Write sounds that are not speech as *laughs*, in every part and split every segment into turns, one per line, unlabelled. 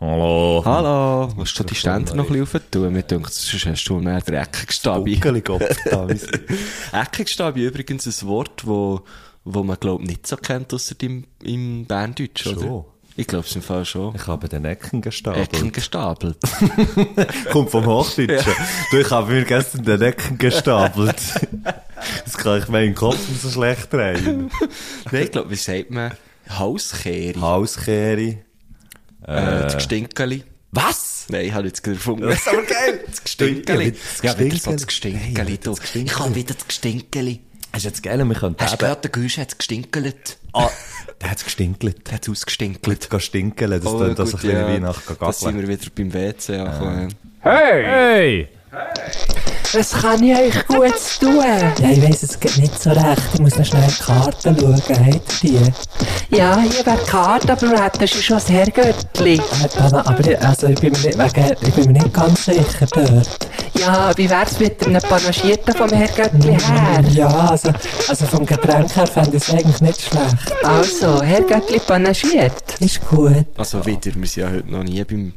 Hallo.
Hallo, musst du die Ständer noch ein bisschen tun? Mir denkt, sonst hast du mehr den Eckigstabi. *laughs*
Buckelig
Eckigstabi Oh. übrigens ein Wort, wo, wo man, glaub nicht so kennt, außer im, im Berndeutsch,
Schon.
oder? Ich glaube es im Fall schon.
Ich habe den Ecken
Ecken
gestapelt.
*laughs* gestapelt.
Kommt vom Hochdeutschen. Du, ich habe mir gestern den Ecken gestapelt. Das kann ich meinen Kopf nicht so schlecht drehen.
Nein, ich glaube, wie sagt man? Hauskehre.
Hauskehre.
äh, das Gestinkeli.
Was?
Nein, ich habe jetzt gefunden.
Das ist aber geil.
*laughs* Das Gestinkeli. Ja, wieder so das
Nein,
Gestinkeli.
wieder
du.
das Gestinkeli.
Ich habe wieder das Gestinkeli.
Das ist jetzt geil, wir können
Hast du
eben-
gehört, der Gusch hat es gestinkelt.
Ah, der hat gestinkelt.
Der hat es ausgestinkelt.
Geh stinkeln, das
Oh,
tönt also ein
gut,
bisschen
ja.
wie nach
Da sind
Gaggeln.
wir wieder beim WC angekommen.
Hey!
Was kann ich euch Gutes tun?
Ja, ich weiss, es geht nicht so recht. Ich muss noch schnell in die Karten schauen. Habt ihr die? äh,
Ja, hier wäre die Karte, aber wir hätten schon das Herrgöttli.
Äh, Aber, aber ich- also ich, bin mir nicht, wegen, ich bin mir nicht ganz sicher dort.
Ja, wie wär's mit einem Panagierten vom Herrgöttli her?
Ja, also, also vom Getränk her fände ich es eigentlich nicht schlecht.
Also, Herrgöttli panagiert.
Ist gut.
Also wieder, wir sind ja heute noch nie beim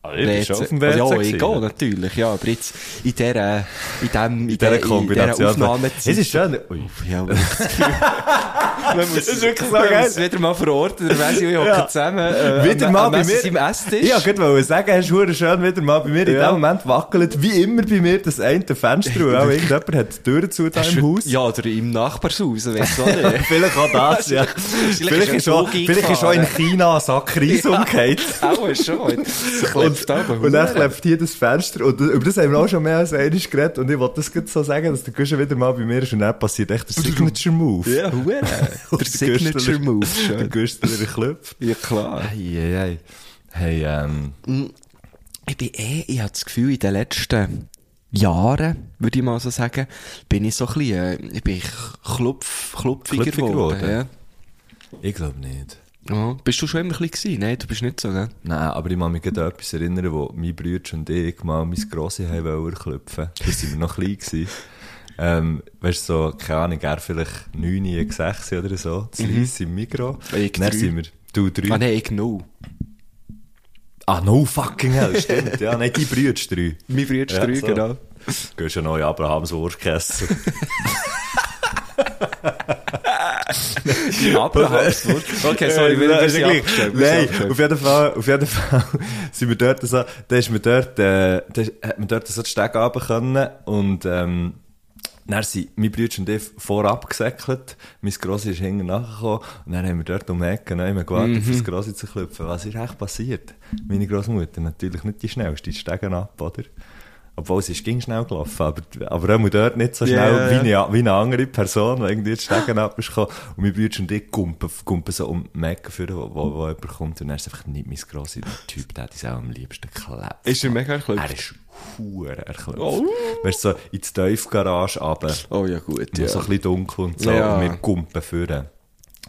Ah, ich bin schon auf dem WC
Also, Ja, ich
gewesen.
gehe natürlich, ja, aber jetzt in dieser, in dem, in
In dieser
der- in dieser
Kombination. es
Aufnahmezeit.
ist schön. Ui.
Ja, aber das Gefühl- Man muss
ist wirklich so
man
geil.
muss wieder mal verorten, der Wesi und ich hocken
Ja.
zusammen äh,
Wieder
am-
mal
am
bei
Messi
mir.
seinem Esstisch.
Ja, gut, wollte sagen, hast du schön wieder mal bei mir in
Ja.
dem Moment wackelt, wie immer bei mir, das eine Fenster, weil auch irgendjemand hat die Türen zu da
Hast
im
du-
Haus. *laughs*
Ja, oder im Nachbarshaus, weißt du auch nicht.
Vielleicht auch das, ja.
ist
vielleicht,
ein
ist auch,
Zug
vielleicht ist auch in China ein Sack Reis
Ja.
umgekehrt.
*laughs* Auch schon.
Und, und dann klebt hier das Fenster. Und über das haben wir auch schon mehr nou als einmal geredet. Und ich wollte das gerade so sagen, dass der Guschen wieder mal bei mir ist. Und dann passiert echt der Signature Move.
Ja, Hure. Der Signature Move.
Der
schön.
Guschen klopft.
Ja, klar.
Hey, hey, hey. Hey, ähm.
Ich bin eh, Hm. ich habe das Gefühl, in den letzten Jahren, würde ich mal so sagen, bin ich so ein bisschen, äh, ich bin klupf, klupfiger
Klupfiger
geworden.
geworden? Ich glaube nicht.
Ja. Ja. Bist du schon immer ein bisschen gewesen? Nein, du bist nicht so, gell?
Nein, aber ich kann mich gerade an etwas erinnern, wo mein Bruder und ich mal mein Grossi haben wollen klopfen. Da waren wir noch klein. Gewesen. Ähm, weißt du, so, keine Ahnung, er vielleicht 9, 6 oder so. Das mhm. im Mikro.
Ich
Dann
drei.
sind wir, du drei.
Ah, nein, ich null.
Ah, no fucking hell, stimmt. Ja, nein, die Brüder ist drei.
Mein Bruder ist
Ja,
drei,
so.
*laughs* genau.
Gehst ja neu Abrahams Wurst essen.
Die Abrahamswurst. Okay, sorry, wir
Ähm, Nein,
wir
ist
sind
ja gleich.
abgestellt. wir sind
Nein,
abgestellt.
auf jeden Fall, auf jeden Fall *laughs* sind wir dort so, da ist man dort, äh, da ist- hat man dort so die Stege runter können und, ähm, dann sind mein Bruder und ich vorab gesäckelt, mein Grossi ist hinten nachgekommen und dann haben wir dort um die Ecke noch immer gewartet, mhm. fürs Grossi zu klopfen. Was ist echt passiert? Meine Grossmutter, natürlich nicht die schnellste, die Stegen ab, oder? Obwohl, sie ist ging schnell gelaufen, aber, aber auch dort nicht so schnell
Ja, ja,
wie, eine, wie eine andere Person, die irgendwie die Stegen ab ist gekommen. Und mein Bruder und ich kumpen, kumpen so um die Ecke führen, wo, wo, wo jemand kommt und er ist einfach nicht mein Grossi. Der Typ, der hat uns auch am liebsten geklebt.
Ist er mega
Er
klopf?
ist hure erklopft.
Oh.
Weißt du, so in die Teufgarage runter.
Oh ja, gut,
Ja.
ja.
So ein bisschen dunkel und so.
Ja.
Und wir kumpen führen.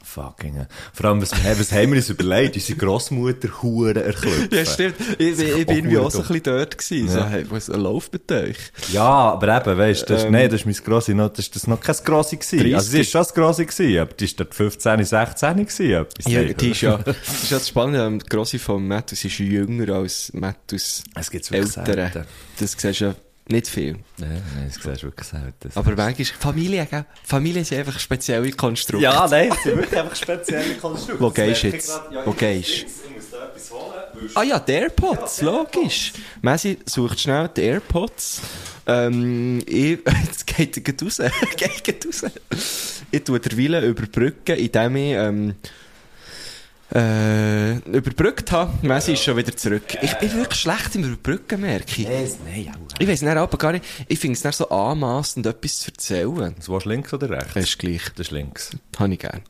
Fucking. hell. Vor allem, was, hey, was haben wir uns überlegt? Unsere Grossmutter hure erklopft.
Ja, stimmt. Ich, ich, ich bin irgendwie auch so ein
Obhut.
bisschen dort gewesen. So,
Ja.
hey, was läuft mit euch?
Ja, aber eben, weißt du, das,
Ähm.
nein, das ist mein Grossi noch, das ist das noch kein Grossi gewesen.
30.
Also, sie ist schon das Grossi gewesen, aber die ist dort 15, 16 gewesen. etwas.
Ja,
Nein,
die ist ja, *laughs* das ist ja das Spannende, ähm, die Grosse von Mattus ist jünger als Mattus
*laughs* Es gibt's wirklich
Eltern.
selten.
Das siehst du ja nicht viel.
Nein, nein, das siehst du wirklich selten.
Aber manchmal, Familie, gell? Familie ist einfach spezielle Konstrukte.
Ja, nein, das sind wirklich einfach spezielle Konstrukte.
Wo
Das merke
gehst du
ich
jetzt?
gerade. Ja,
Wo
ich muss
gehst du?
jetzt- Ich muss da etwas holen, weil
Ah ja, die AirPods, logisch. Messi sucht schnell die AirPods. Ähm, ich, *laughs* jetzt geht er gleich raus. *laughs* geht gleich raus. Ich tue der Wille überbrücken, indem ich, ähm, äh, überbrückt habe. Messi ist schon wieder zurück. Ich bin wirklich schlecht im Überbrücken, merke ich.
Ah,
Ich weiss nicht, aber gar nicht. Ich finde es nicht so anmassend, etwas zu erzählen.
Das warst links oder rechts?
Das ist gleich.
Das ist links.
Habe ich gern.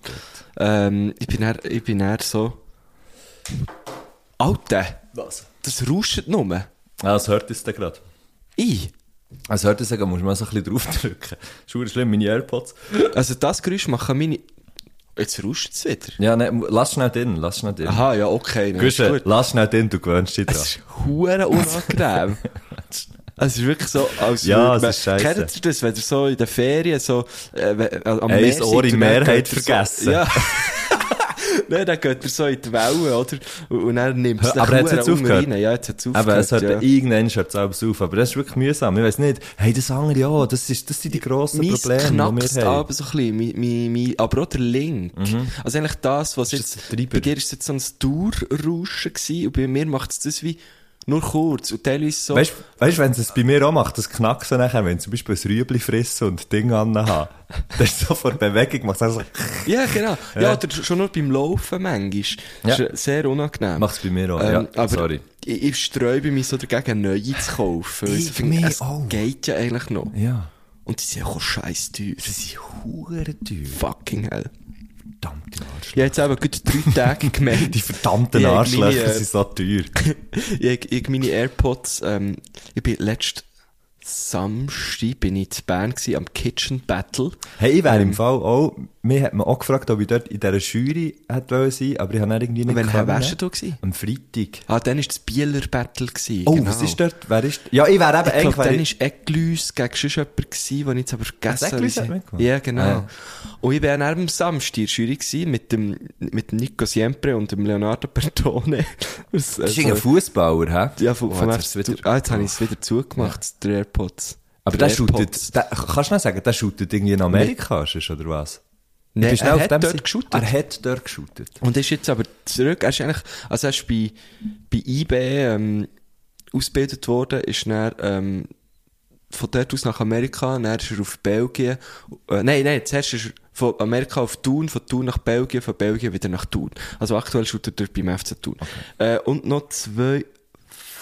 Ähm, ich bin eher, ich bin eher so. Alter,
Was?
das rauscht nur.
Ah, das hört es dann gerade.
Ich.
Also hört es sagen, musst du mal so ein bisschen draufdrücken. Ist verdammt schlimm, meine AirPods.
Also das Geräusch machen meine. Jetzt rauscht es wieder.
Ja, nein, lass schnell drin, lass schnell drin.
Aha, ja, okay. Nein, ist
Guschen,
gut.
lass schnell drin, du gewöhnst dich
Es
dran.
ist
*laughs*
hure unangenehm. Es ist wirklich so, als
Ja,
würde
es
man-
ist scheisse.
Kennt ihr das, wenn ihr so in den Ferien so, äh, we- äh, am
Ein
Meer seid
Ohr im
und
Meer
dann geht
habt
ihr so-
vergessen.
Ja. *laughs* Nein, dann geht er so in die Wellen, oder? Und und dann nimmt es
Hör, aber hat's jetzt aufgehört?
Ja, jetzt hat es
Aber es hört
aufgehört. ja.
irgendwann hört selbst auf. Aber das ist wirklich mühsam. Ich weiss nicht, hey, das andere ja, das, ist, das sind die grossen
Mein
Probleme, die
knackst
wir haben.
aber so ein bisschen, mein, mein, mein, aber auch der Link. Also eigentlich das, was
Mhm. Ist das
jetzt,
ein Treiber?
bei dir ist jetzt so ein Durchrauschen gewesen und bei mir macht es das wie nur kurz und teilweise so.
Weißt du, wenn es bei mir auch macht, das Knacksen nachher, wenn ich zum Beispiel ein Rüebli fressen und Ding anhabe, *laughs* das ist so vor Bewegung, macht es so, *laughs*
Ja, genau. Ja, Oder schon nur beim Laufen manchmal. Das
Ja.
ist äh, sehr unangenehm. Ähm,
Macht's bei mir auch, ja.
Aber
Sorry.
Ich, ich sträube mich so dagegen, neue zu kaufen. weil
Ich
so finde,
mich
es
auch.
geht ja eigentlich noch.
Ja.
Und die sind auch scheiß teuer.
Das ist Hurenteuer.
Fucking hell.
Verdammte Arschlöcher.
Ich habe jetzt eben gut
*laughs*
drei Tage gemerkt.
Die verdammten
Ich hab
Arschlöcher
meine, äh,
sind so teuer.
ich, ich meine AirPods, ähm, ich bin letzten Samstag bin ich in Bern gewesen, am Kitchen Battle.
Hey, ich
Ähm.
wäre im Fall auch, mir hat man auch gefragt, ob ich dort in dieser Jury hätte wollen sein aber ich habe dann irgendwie nicht
wann
können.
wärst du da gewesen?
Am Freitag.
Ah, dann war das Bieler Battle. Gewesen,
Oh, was ist dort? Wer ist, ja, ich wäre eben,
Genau. Ich glaube,
wär
dann
ich-
war Eglüs gegen sonst jemanden, gewesen, den ich jetzt aber vergessen
Eglüs
wie
hat
sie-
mitgemacht?
Ja, genau.
Ah, ja.
Und ich war dann am Samstag in der Jury gewesen, mit dem, mit dem Nico Siempre und dem Leonardo Bertone. *laughs* Das äh,
Das ist ein Fußbauer, hä?
Also, ja, vom,
Oh,
vom
jetzt
FC
hat's wieder-
Zug- Ah, jetzt habe ich es wieder zugemacht, der AirPods.
Aber
Der
der
AirPods.
shootet, der, kannst du nicht sagen, der shootet irgendwie in Amerika, ist, oder was?
Nein,
Bist du
er
auch auf
hat
dem
dort
Seite?
geshootet.
Er hat dort geshootet.
Und er ist jetzt aber zurück. Er ist eigentlich, also er ist bei, bei IB ähm, ausgebildet worden, ist dann, ähm, von dort aus nach Amerika, dann ist er auf Belgien, äh, nein, nein, zuerst ist er von Amerika auf Thun, von Thun nach Belgien, von Belgien wieder nach Thun. Also aktuell schaut er dort beim FC Thun. Äh, und noch zwei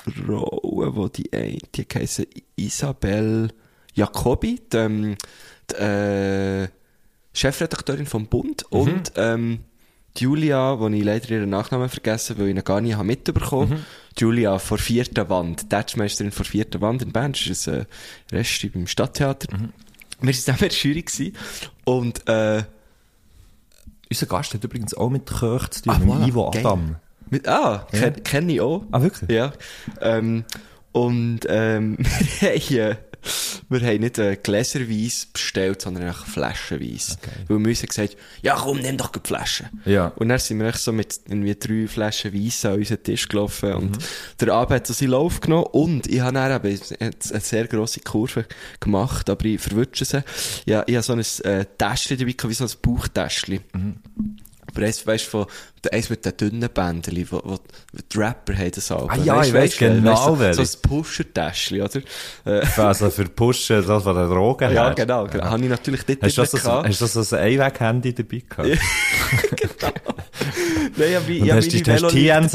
Frauen, wo die eine, die heissen Isabel Jacobi, die, ähm, die äh, Chefredakteurin vom Bund und ähm, die Julia, wo ich leider ihren Nachnamen vergessen, weil ich ihn gar nicht habe mitbekommen habe. Julia vor vierter Wand, Tätschmeisterin vor vierter Wand in Bern, das ist ein äh, Rest beim Stadttheater. Wir waren zusammen in der Jury gewesen und äh,
Unser Gast hat übrigens auch mit Köch zu tun,
Ah,
mit
voilà,
Ivo
geil.
Adam.
Mit, ah,
Ja.
ken- kenne ich auch.
Ah, wirklich?
*laughs* Ja. Ähm, und ähm, *laughs* wir, haben, äh, wir haben nicht äh, gläserweise bestellt, sondern einfach flaschenweise. Weil wir uns haben gesagt ja komm, nimm doch die Flasche.
Ja.
Und dann sind wir echt so mit irgendwie drei Flaschen Weiss an unseren Tisch gelaufen und der Abend hat so seinen Lauf genommen und ich habe dann eben jetzt eine sehr grosse Kurve gemacht, aber ich verwünsche sie. Ja, ich habe so ein äh, Täschchen dabei, gehabt, wie so ein Bauchtäschchen. Aber eins, weißt du, von, der- eins mit den dünnen Bändern, wo, wo die Rapper haben das Album.
Ah ja,
Weisst
ich
du,
weiss
weisst du,
genau
weisst du,
welche.
So ein Pusher-Täschchen, oder? Äh,
Also für Pushen, das von der Drogen
ja,
her.
genau. genau. Habe ich natürlich dort
Hast du
drin
das, so-
gehabt.
hast du das so ein Einweg-Handy dabei gehabt? Ja,
Nein, ich habe
Und
ich habe
hast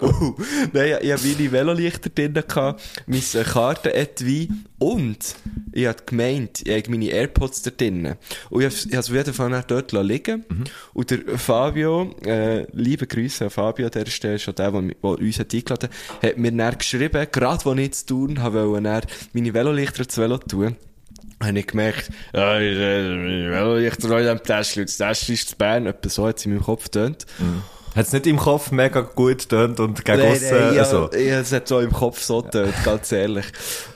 du hast du TNs
meine Velolichter
an gehabt?
drin Uh, nein, ich hatte meine Velolichter drin, gehabt, mein äh, Kartenetui und ich habe gemeint, ich habe meine Airpods da drin. Und ich habe ich habe es auf jeden Fall nach dort liegen lassen. Und der Fabio, äh, liebe Grüße an Fabio, der ist der schon der, der, mi- der uns hat eingeladen hat, hat mir dann geschrieben, gerade als ich zu tun habe, wollte dann meine Velolichter zu Velo tun. Habe ich gemerkt, ja, ich, äh, Velolichter neu in diesem Täschchen, und das Täschchen ist zu Bern, etwa so hat es in meinem Kopf getönt.
Hat es nicht im Kopf mega gut tönt und gegen
Nein,
aussen,
nein, ich,
also.
ich, es hat so im Kopf so getönt, ganz ehrlich.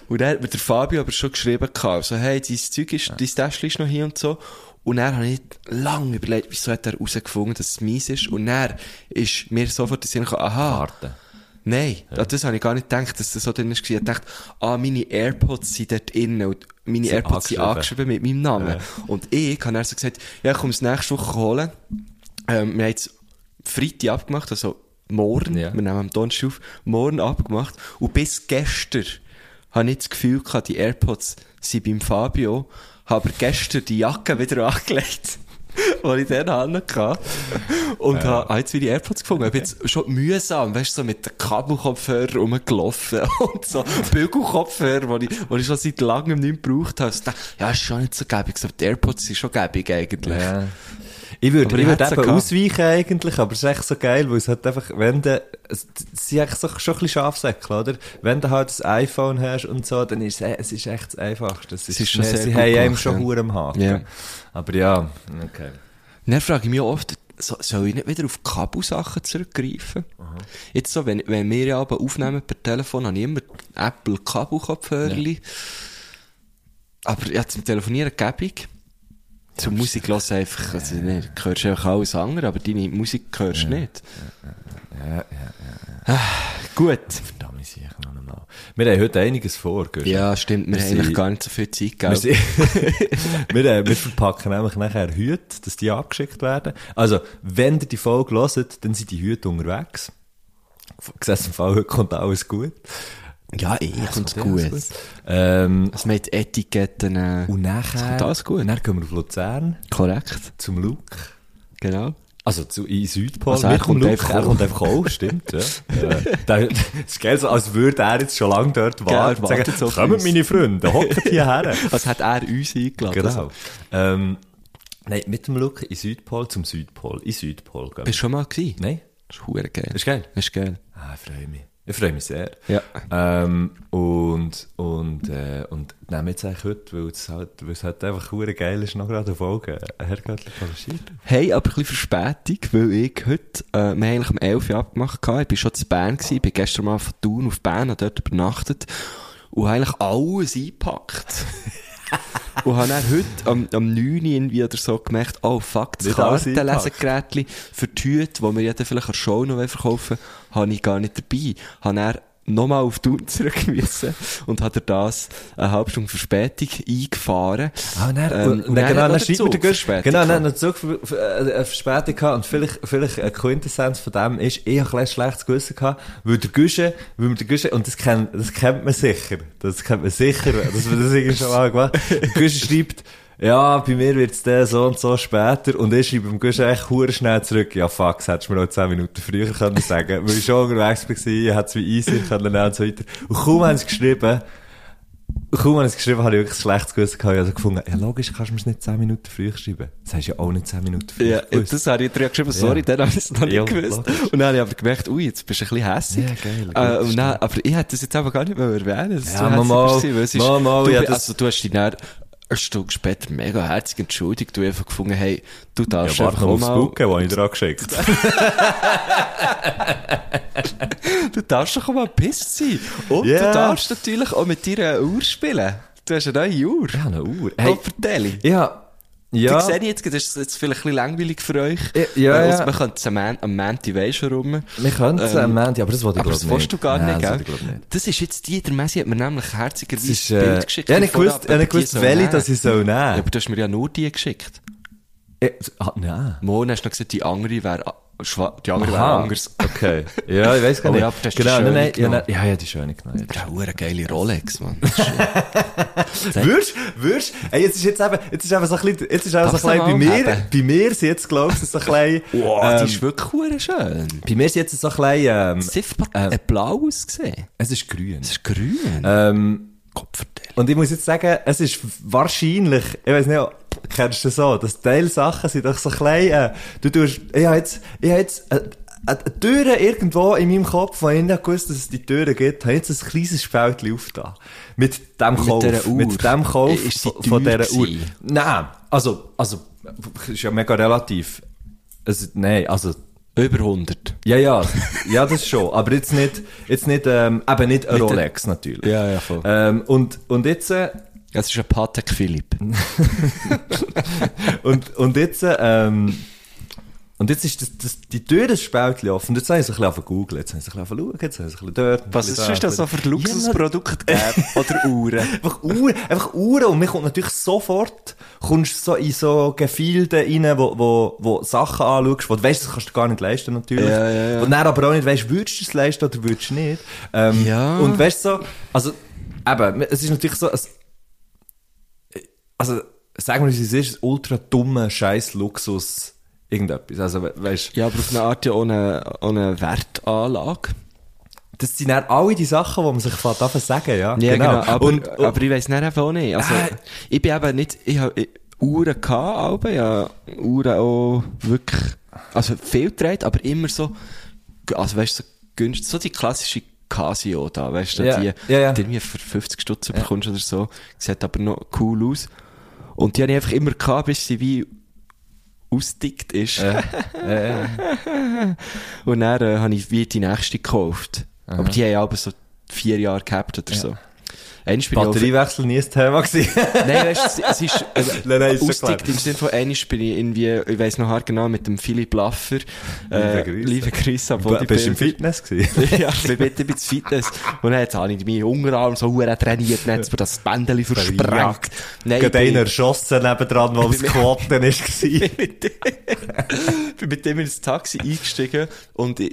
Und dann hat mir der Fabio aber schon geschrieben, gehabt, so, hey, dein Zeug ist, dein Täschchen ist noch hier und so. Und dann habe ich lange überlegt, wieso hat er herausgefunden, dass es meins ist. Und dann ist mir sofort der Sinn gekommen, aha.
Karten.
Nein, an das habe ich gar nicht gedacht, dass das so drin ist. Ich dachte, ah, meine AirPods sind dort innen und meine
Sind
AirPods sind
angeschrieben.
angeschrieben mit meinem Namen. Und ich habe dann so gesagt, ja, ich komme es nächste Woche holen. Ähm, wir haben jetzt Freitag abgemacht, also morgen,
Ja.
wir nehmen am Donnerstag auf, morgen abgemacht. Und bis gestern habe ich das Gefühl gehabt, die AirPods sind beim Fabio, habe aber gestern die Jacke wieder *laughs* angelegt. die ich dann hatte. Und habe jetzt wieder AirPods gefunden. Ich bin jetzt schon mühsam, weißt du, so mit den Kabelkopfhörern rumgelaufen *laughs* und so Bügelkopfhörer, die ich, die ich schon seit langem nicht mehr gebraucht habe. Also Ich dachte, Ja, ist schon nicht so gäbig, aber die AirPods sind schon gäbig eigentlich.
Ja. Ich würde,
Aber
ich
ich
würde
hätt's
eben
ja gehabt.
ausweichen eigentlich, aber es ist echt so geil, weil es hat einfach, wenn du, es es sind echt so, schon ein bisschen Schafsäckel, oder? Wenn du halt das iPhone hast und so, dann ist äh, es, es ist echt das Einfachste. Es ist,
ist schon
nee,
sehr
sie
gut
haben einem
gemacht,
schon
ja.
Huren am Haken.
Ja.
Aber ja, okay.
Dann frage ich mich auch oft, so, soll ich nicht wieder auf Kabelsachen zurückgreifen? Jetzt so, wenn, wenn wir ja aber aufnehmen per Telefon, habe ich immer Apple Kabelkopfhörer. Aber ja, zum Telefonieren gäbig. Zur Musik hörst du einfach, also, ne, du hörst einfach alles andere, aber deine Musik hörst du nicht. Ah, Gut.
Verdammt, ich sehe noch einmal. Wir haben heute einiges vor, gell?
Ja, stimmt, wir,
Wir
haben
sind-
eigentlich gar nicht so viel Zeit,
Wir,
gell?
sind, *laughs*
*laughs*
wir, äh, wir verpacken nämlich nachher Hüte, dass die abgeschickt werden. Also, wenn ihr die Folge hört, dann sind die Hüte unterwegs. Gesetzt im Fall, heute kommt alles gut.
ja, eh, kommt
Alles
gut.
Ähm,
Also, wir haben die Etiketten, äh,
und nachher,
kommt alles gut.
dann gehen wir auf Luzern
korrekt,
zum Luke.
genau.
Also zu, in Südpol.
Also er
mit dem
kommt
Luke.
einfach
er
auch.
kommt einfach auch, stimmt.
*laughs*
Ja. Äh, der, das ist geil, so, als würde er jetzt schon lange dort warten.
er wartet
Sagen,
so auf
kommen
uns.»
meine Freunde, hockt hierher.
*laughs* Was hat er uns eingeladen?
genau.
Also,
Ähm, nein, mit dem Look in Südpol zum Südpol. In Südpol gehen. wir.
bist du schon mal gewesen?
Nein?
Das ist hure geil.
Ist geil.
Das ist geil.
Ah, ich freue mich. Ich freue mich sehr.
Ja.
Ähm, und, und, äh, und nehmen jetzt eigentlich heute, weil es halt, weil es halt einfach hure geil ist, noch gerade eine Folge. Herr Göttlich,
Hey, aber ein bisschen Verspätung, weil ich heute, äh, wir haben eigentlich um 11 Uhr abgemacht gehabt. Ich bin schon zu Bern gewesen, ich bin gestern mal von Thun auf Bern, habe dort übernachtet und habe eigentlich
*laughs*
alles eingepackt. und habe dann heute am, am 9 Uhr irgendwie oder so gemerkt, oh fuck, das
Nicht alles
Kartenlesegerät für die Hüte, die wir jeder vielleicht an der Show noch verkaufen wollen, habe ich gar nicht dabei. Habe dann nochmal auf Thun zurück müssen und hat er das eine halbe Stunde Verspätung eingefahren.
Ah, dann,
Ähm,
und, und dann,
hat
genau,
noch
dann
der
schreibt
Zug
man den Gürtel.
Verspätung
Genau, dann
gehabt.
hat er Zug ver- ver- äh, eine Verspätung gehabt und vielleicht, vielleicht eine Quintessenz von dem ist, ich habe ein bisschen schlechtes Gewissen gehabt, weil der Güsche, weil mir der Güsche, und das kennt, das kennt man sicher, das kennt man sicher, dass man das irgendwie schon mal gemacht hat. Der Güsche schreibt, ja, bei mir wird's dann so und so später, und ich schreibe dem Güsche echt hure schnell zurück, ja fuck, das hättest du mir noch 10 Minuten früher können sagen, weil ich schon unterwegs war, hat's wie easy können nehmen und so weiter. Und kaum haben sie geschrieben, Kaum habe ich es geschrieben, habe ich wirklich ein schlechtes Gewissen gehabt. Ich habe also gefunden, ja, logisch kannst du mir es nicht 10 Minuten früh schreiben. Das hast du ja auch nicht 10 Minuten früh
Ja,
gewusst.
das habe ich drüber geschrieben, sorry,
Ja.
dann habe ich es noch nicht
Ja,
gewusst.
logisch.
Und dann habe ich aber gemerkt, ui, jetzt bist du ein bisschen hässig.
Ja, geil,
äh,
gut,
und dann, aber ich hätte das jetzt einfach gar nicht mehr erwähnen. dass
Ja, mal,
du hässig
mal,
bist, weil es ist-
mal, mal,
du,
ja,
bist-
das-
Also du hast dich dann eine Stunde später mega herzig entschuldigt. Du hast einfach gefunden, hey, du darfst
ja, warte
einfach
noch
auch
aufs
mal,
Bucke, das ich dir angeschickt
*laughs*
habe.
du darfst doch auch mal pisst sein. Und
Ja.
du darfst natürlich auch mit deiner Uhr spielen. Du hast eine neue Uhr.
Ich habe eine Uhr.
Hey.
Hey,
Kopfverteilung.
ja,
Ja.
ja.
Ich sehe jetzt, das ist jetzt vielleicht ein bisschen langweilig für euch.
Ja, ja,
Äh, also
ja.
Man könnte es am Man- am Montag weiss schon rum.
wir können es
Ähm,
am Ende, aber das wollte ich
Aber
glaub
das willst du gar
Nein, das
nicht, gell?
wollte ich glaub nicht.
Das ist jetzt die, der Messi hat mir nämlich herzigerweise
Das ist,
ein
äh,
Bild geschickt.
ich habe nicht
davon,
gewusst, ich
aber
habe nicht
die
gewusst,
soll
welche
nehmen.
dass ich soll nehmen.
Ja, aber du hast mir ja nur die geschickt.
Ja, ah, nein.
Morgen hast du noch gesagt, die andere wäre a- schwa- die andere wäre
Aha.
anders.
Okay. Ja, ich weiß gar
Aber
nicht.
ja, aber du hast die
genau,
Schöne
nein, nein, ja,
genommen.
nein, ja, ja, die schöne genommen.
Das ist eine geile Rolex,
*laughs*
Mann.
Würdest, würdest, ey, jetzt ist jetzt eben, jetzt ist eben so ein bisschen, jetzt ist eben so ein
Darf's
bisschen, bei
mal
mir,
haben?
bei mir sind jetzt, glaub ich, so ein bisschen,
Wow, Ah, die
ähm,
ist wirklich hure schön.
bei mir sind jetzt so ein bisschen, ähm,
Ziff hat ein blaues gesehen.
es ist grün.
Das ist grün.
Ähm,
Kopfverteilung.
und ich muss jetzt sagen, es ist wahrscheinlich, ich weiß nicht, kennst du das so, dass Teilsachen sind doch so klein, äh, du tust, ich habe jetzt, ich habe jetzt, äh, eine Türe irgendwo in meinem Kopf, wo ich nicht gewusst dass es die Türe gibt, habe ich jetzt ein kleines Spältchen aufgetan. Mit dem
Mit
Kauf.
dieser Uhr. Äh,
Mit dem Kauf
Ist sie
von- von
teuer
dieser Uhr.
gewesen?
Nein, also, also, ist ja mega relativ. Also, nein, also,
Über 100.
ja, ja, ja, das schon. Aber jetzt nicht, jetzt nicht, ähm, eben nicht eine
Nicht eine-
Rolex natürlich.
Ja, ja, voll.
Ähm, und, und jetzt, äh,
Das ist ein Patek Philipp.
*laughs* und, und jetzt, äh, ähm, und jetzt ist das, das, die Tür des Spältchen offen. Jetzt haben sie ein bisschen angefangen zu googeln, jetzt haben sie ein bisschen angefangen zu schauen, jetzt haben sie ein bisschen dort.
Was ist sonst das so für Luxusprodukte
*laughs*
gegeben? Oder Uhren?
Einfach Uhren, einfach Uhren. Und man kommt natürlich sofort, kommst du so in so Gefilde rein, wo, wo, wo Sachen anschaust, wo du weißt, das kannst du dir gar nicht leisten, natürlich.
Ja, ja, ja.
Und dann aber auch nicht weißt, würdest du es leisten oder würdest du nicht. Ähm,
Ja.
Und weißt so, also, eben, es ist natürlich so, es, also, sagen wir, es ist ein ultra dummer Scheiß Luxus, irgendetwas. Also, we- weißt
Ja, aber auf eine Art ja ohne, ohne Wertanlage.
das sind dann alle die Sachen, die man sich fährt, darf sagen, ja.
Ja, genau. Aber,
und, und,
aber ich weiss nicht einfach auch nicht. Also,
Äh.
ich bin eben nicht, ich habe Uhren gehabt, aber ja, Uhren auch wirklich, also viel gedreht, aber immer so, also weißt du, so günstig, so die klassische Casio da, weißt du,
Ja,
die,
ja, ja.
die irgendwie für 50 Stutz bekommst oder so, sieht aber noch cool aus. Und die habe ich einfach immer gehabt, bis sie wie ausdickt ist.
Äh,
*laughs* Und dann äh, habe ich wie die nächste gekauft. Aber die haben aber so vier Jahre gehabt oder so. Einmal bin ich auf-
Batteriewechsel nie ein Thema gewesen.
Nein, weißt du,
*laughs*
es ist, äh,
Nein, nein, ist schon klar.
ausgedickt im Sinne von, einmal bin ich irgendwie, ich weiss noch genau, mit dem Philipp Laffer, äh,
Liebe Grüße.
liebe Grüße an
Du bist du im
Bodybuilder.
Fitness gewesen.
*laughs* ja, ich bin bitte bei Fitness. Und dann hat's auch nicht meinen Unterarm so hure trainiert, dann hat's mir das Bändeli versprengt.
Verjagt.
Nein, ich
Gerade
bin,
einer erschossen nebendran, der am Squatten
*laughs*
war.
bin mit dem ins Taxi eingestiegen und ich,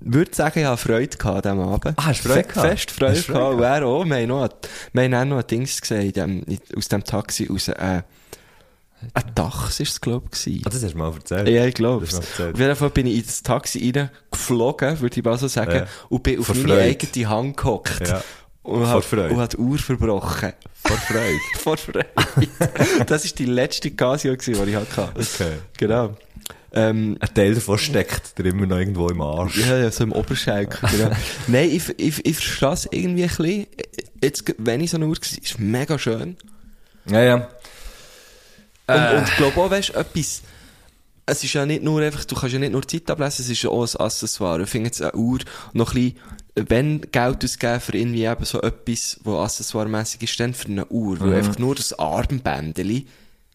ich würde sagen, ich habe Freude gehabt an diesem Abend.
Ah, hast du Freude
Fe-
gehabt?
Fest Freude
Hast du
gehabt. Und er auch. Wir haben noch, wir haben auch noch ein Dings gesehen, in dem, in, aus dem Taxi raus, äh, ein Dachs ist es, glaube ich.
Ah, das hast du mal erzählt.
Ja, ich glaube
Das ist noch erzählt.
Auf jeden Fall bin ich ins Taxi reingeflogen, würde ich mal so sagen,
Ja.
und bin auf
Vor
meine
Freude.
eigene Hand gehockt.
Ja.
Und
Vor
hat,
Freude.
Und hat die Uhr verbrochen.
Vor Freude.
Vor Freude. *laughs* das war die letzte Casio, gewesen, die ich hatte.
Okay.
Genau. Ähm,
Ein Teil davon steckt dir immer noch irgendwo im Arsch.
ja, ja, so im Oberschenkel. Genau. Nein, ich, ich, ich verstehe es irgendwie ein bisschen. Jetzt, wenn ich so eine Uhr war, ist mega schön.
Ja, ja.
Und, und ich glaube auch, weißt du, etwas, es ist ja nicht nur einfach, du kannst ja nicht nur Zeit ablesen, es ist ja auch ein Accessoire. Ich finde jetzt eine Uhr noch ein bisschen, wenn Geld ausgeben für irgendwie eben so etwas, was accessoiremässig ist, dann für eine Uhr. Weil einfach nur das Armbändeli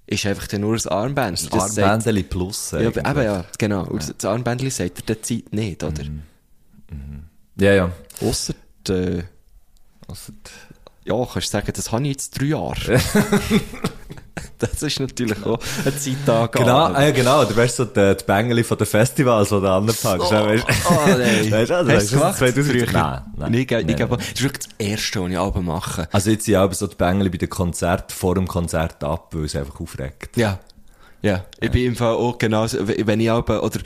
ist einfach dann nur ein Armbändeli. Das sagt-
Armbändeli plus.
Ja,
eigentlich.
eben ja, genau. Und das- das Armbändeli sagt dir die Zeit nicht, oder?
Ja, ja.
Ausser, äh,
Also,
ja, kannst sagen, das habe ich jetzt
*laughs*
drei Jahre. das ist natürlich auch eine Zeitangabe.
Genau, ah, ja, genau. Du weißt so die, die Bängeli von den Festivals, die du anpackst.
Oh, *laughs* oh,
*laughs*
nein.
Weißt du, also,
Hast du
das
gemacht?
ist 2000
Früher?
Nein, nein.
Nein, ich, ich,
Nein,
glaube, das ist wirklich das Erste, was ich Alben mache.
Also jetzt sind aber so die Bängeli bei den Konzerten vor dem Konzert ab, weil es einfach aufregt.
Ja. Ja, ich bin im Fall auch genau so, w- wenn ich Alben, oder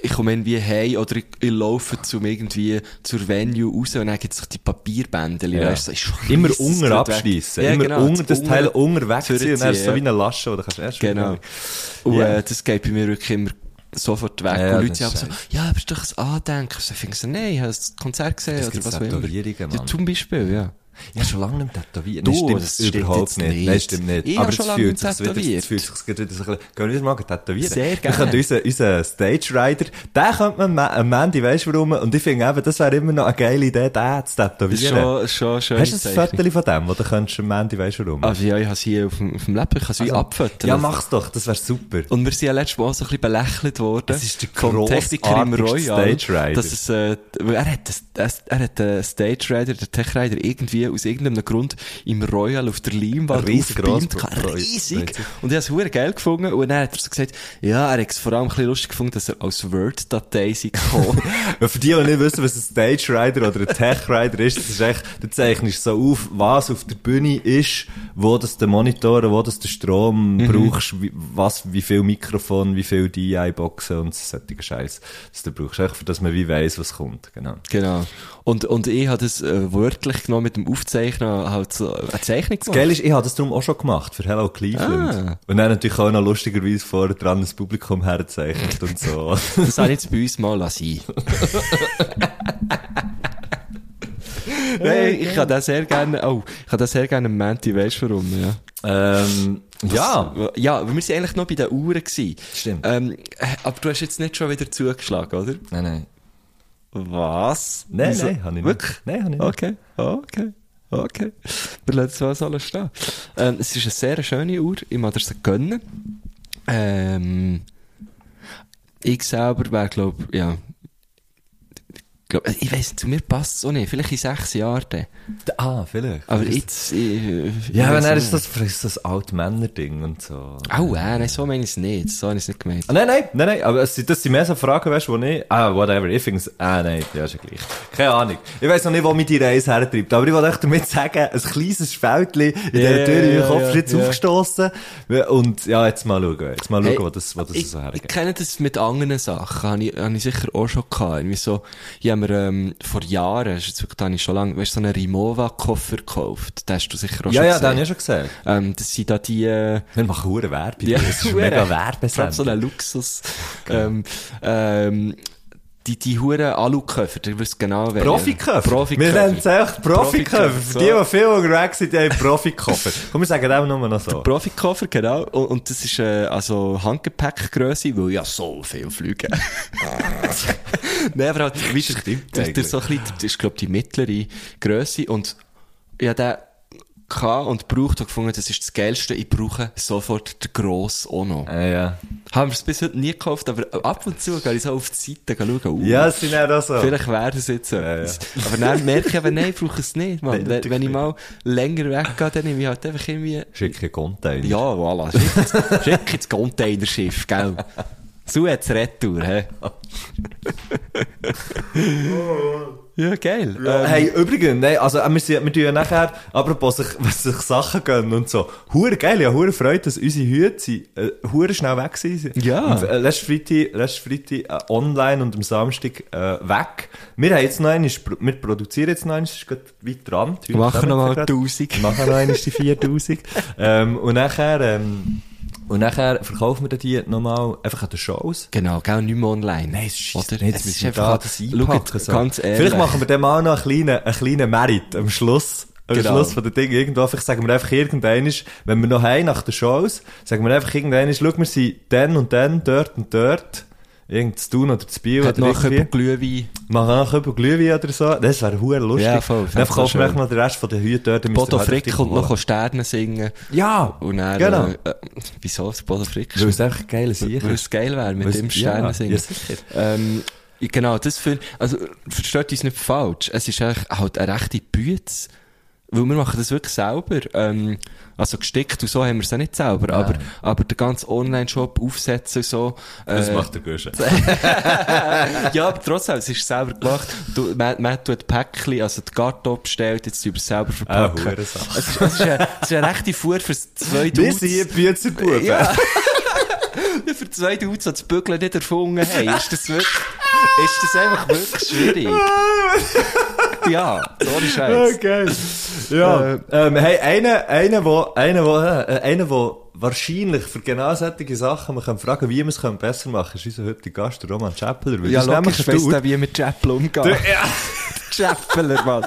ich komme irgendwie heim, oder ich, ich laufe zum irgendwie, zur Venue raus, und dann gibt es die Papierbänder,
Ja.
weißt du, ist schon *laughs*
Immer
riesig
unten
gut weg.
abschliessen.
Ja,
immer
genau,
unter, das
unten
Teil unten wegziehen. Und dann ist es so
zurückziehen,
wie eine Lasche, die du kannst erst wieder-
Genau. Und
Ja.
äh, das geht bei mir wirklich immer sofort weg.
Ja, ja,
und Leute
das
sind aber so,
ist
ja, aber ist doch das Andenken. Ich finde so, nein, ich habe das Konzert gesehen,
Das
oder
gibt's
was auch immer.
Tätowierungen,
Ja,
Mann.
zum Beispiel, ja.
Ja, schon lange nicht tätowiert.
Du,
Nein, stimmt
das stimmt
überhaupt
jetzt
nicht.
nicht.
Nein, stimmt nicht.
Ich
Aber
hab
es
schon lange
fühlt
nicht
sich wieder,
tätowiert.
es fühlt sich gerade wieder so ein bisschen, gehen wir wieder mal tätowieren.
Sehr gerne.
Wir könnten unseren, unseren Stage-Rider, den könnte man, ma- am Mandy, weisst du warum? Und ich finde eben, das wäre immer noch eine geile Idee, den zu
Das ist
tätowieren.
schon, schon schön.
Hast du ein Foto von dem, oder könntest du am Mandy, weisst du warum?
Also ja, ich habe es hier auf dem, auf dem Laptop, ich kann es wie abfüttern.
ja, mach's doch, das wäre super.
Und wir sind ja letztes Mal auch so ein bisschen belächelt worden.
Das ist der
vom Ah, Techniker im
grossartigste
Royal.
Stage Rider.
Dass es, äh, weil er hat, das- das, er hat den Stage Rider, den Tech Rider irgendwie aus irgendeinem Grund im Royal auf der Leimwand
Riesig
aufgebeamt.
gross-
gehabt. Riesig.
Riesig.
Und ich habe es verdammt geil gefunden. Und dann hat er so gesagt, ja, er hat es vor allem ein bisschen lustig gefunden, dass er als Word-Datei sei *laughs* gekommen.
Weil für die, die nicht wissen, was ein Stage Rider oder ein Tech Rider ist, das ist echt, du zeichnest so auf, was auf der Bühne ist, wo das der Monitor, wo das der Strom
Mhm.
brauchst, wie, was, wie viel Mikrofon, wie viel DI-Boxen und solche Scheiß, das du brauchst. Echt, für dass man wie weiss, was kommt, genau.
genau. Und, und ich habe das äh, wörtlich genommen mit dem Aufzeichnen, halt so eine Zeichnung
Das
gemacht.
Geile ist, ich habe das darum auch schon gemacht, für Hello Cleveland.
Ah.
Und dann natürlich auch noch lustigerweise vorher dran das Publikum herzeichnet und
*laughs*
so.
Das soll jetzt bei uns mal *laughs* sein. Nein, ich kann das sehr gerne, oh, ich kann das sehr gerne am Menti, weißt du warum, ja.
ähm, ja.
Ja, wir sind eigentlich noch bei den Uhren gewesen.
Stimmt.
Ähm, äh, aber du hast jetzt nicht schon wieder zugeschlagen, oder?
Nein, nein.
Was?
Nein,
Wieso?
nein, habe ich nicht.
Wirklich?
Nein, habe ich nicht.
Okay, okay, okay. Wir lassen es alles stehen. Ähm, es ist eine sehr schöne Uhr, ich mag dir sie gönnen. Ähm, ich selber wäre, glaube ja... Glaub, ich weiß zu mir passt es auch nicht. Vielleicht in sechs Jahren. dann.
Ah, vielleicht.
Aber jetzt... Ich,
Ja,
ich
aber
weiss
dann
nicht.
ist das, ist das alte Männer-Ding und so.
eh, Au, äh, nein, so meine ich es nicht. So habe ich es nicht gemeint.
Ah, Nein, nein, nein, nein, aber es sind- das sind mehr so Fragen, weißt du, wo ich, ah, whatever, ich finde es, ah, nein, ja, ist ja gleich. Keine Ahnung. Ich weiss noch nicht, wo mich die Reise hertreibt, aber ich wollte euch damit sagen, ein kleines Fältchen in
Ja,
dieser Tür in
ja,
den Kopf ist
ja,
jetzt
ja.
aufgestossen. Und, ja, jetzt mal schauen, jetzt mal schauen,
Hey,
wo das, wo das
ich,
so
ich
hergeht.
kenne das mit anderen Sachen, habe ich, habe ich sicher auch schon gehabt. Irgendwie so, ich habe mir ähm, vor Jahren, das ist jetzt wirklich, da habe ich schon lange, weißt du, so einen Rimowa-Koffer gekauft. Den hast du sicher auch
Ja,
schon
ja,
gesehen.
das habe ich schon gesehen.
Ähm, das sind da die... Äh,
Wir machen hohe Werbung. Ja, das ist
Hure.
mega
*laughs* Vor allem so ein
Werbesendung.
Luxus. Ähm, ähm, die, die huren Aluköffer, du wirst genau welche.
Profiköpfe. Wir
Profiköpfe.
nennen es echt Profiköpfe.
Profiköpfe,
Für
so.
die, die viel unterwegs sind, die haben Profikoffer. Komm, wir sagen auch nur noch so.
Profikoffer, genau. Und, und das ist äh, also Handgepäckgröße, weil ja so viel fliege. *laughs* Nein, aber halt, weißt du, das, das,
eigentlich.
so ein bisschen, das ist, glaube ich, die mittlere Größe. Und ja, der gehabt und gebraucht und gefunden, das ist das Geilste, ich brauche sofort den Gross auch noch.
Äh, ja.
Haben wir es bis heute nie gekauft, aber ab und zu gehe ich so auf die Seite schauen. Uh,
Ja, es sind ja auch so.
Vielleicht wäre das jetzt etwas.
Ja,
Aber dann merke ich eben, nein, ich brauche es nicht. Mann.
Nein,
wenn,
natürlich
wenn ich
nicht.
mal länger weggehe, dann nehme ich halt einfach irgendwie...
Schicke Container.
Ja, voilà, schick
*laughs*
ins- schick ins Containerschiff, gell. Suez Retour, hä?
Oh.
ja, geil.
Ähm,
Ähm,
hey, übrigens, nein, also, äh, wir, sind, wir tun ja nachher, apropos sich, *laughs* was sich Sachen gönnen und so. Hure geil, ja, hure freut, dass unsere Hüte sind, äh, hure schnell weg gewesen sind.
Ja.
Und, äh, letztes Freitag, letztes Freitag äh, online und am Samstag äh, weg. Wir haben jetzt noch einen, wir produzieren jetzt noch einen, ist gerade weit dran. Die Hüte
Machen
kommen
noch mal
gerade.
1000.
Machen noch einen, die
*laughs*
4000. ähm, und nachher, ähm, und nachher verkaufen wir dann die nochmal einfach an den Shows.
Genau, gell, nicht mehr online.
Nein, es ist,
Oder?
Oder? Jetzt
Es
müssen
ist
wir da
einfach-
das
Schaut,
einpacken. So.
ganz ehrlich.
Vielleicht machen wir dem auch noch einen kleinen, einen kleinen Merit am Schluss. Am
Genau.
Schluss von der Ding irgendwo, vielleicht sagen wir einfach irgendeinen, wenn wir noch heim nach den Shows, sagen wir einfach irgendeinen, schau, wir sind dann und dann, dort und dort, irgend zu tun oder zu Biel
Hat
oder
noch
irgendwie,
jemand Glühwein?
machen wir noch über Glühwein oder so, das wäre hure lustig.
Ja, voll,
dann
fänd's
verkaufen wir
schön.
einfach noch den Rest von den Hüten dort. dann müsst ihr
Bodo
halt
Frick
richtig
kommt
holen.
noch Sterne singen.
Ja,
Und dann,
Genau.
äh, äh, wieso das Bodo Frick?
weil es einfach geil ist.
Weil es geil wäre, mit
Weil's-
dem Sterne
ja,
singen.
ja, sicher.
Ähm, genau, das für, also, versteht uns nicht falsch. Es ist eigentlich halt eine rechte Bütze. Weil wir machen das wirklich selber. Ähm, also gestickt und so haben wir es ja nicht selber. Aber, aber der ganze Online-Shop aufsetzen und so.
Das
äh,
macht der Guschen.
*laughs* ja, aber trotzdem, es ist selber gemacht. Du, man, man tut Päckchen, also die Karton bestellt, jetzt über
*laughs*
selber verpacken.
hure Sache.
es, ist, es, ist eine, es ist eine rechte Fuhr für zwei
Wir
Dudes.
sind hier Bützerbuben.
Ja. *laughs* Für zwei Dudes, die das Bügeln nicht erfunden haben, ist das wirklich, ist das einfach wirklich *laughs* schwierig. ja, sorry Scheiß.
Okay. Ja. Ähm, hey, einer, einer, wo, einer, wo, äh, einer, wo wahrscheinlich für genau solche Sachen man kann fragen, wie man es können besser machen kann, ist unser heutiger Gast, der Roman Chappeler. Weil
Ja,
das ist nämlich
logisch,
ein
weiss
Dude,
der, wie mit Chapel umgeht. *laughs* Chappeler, Mann.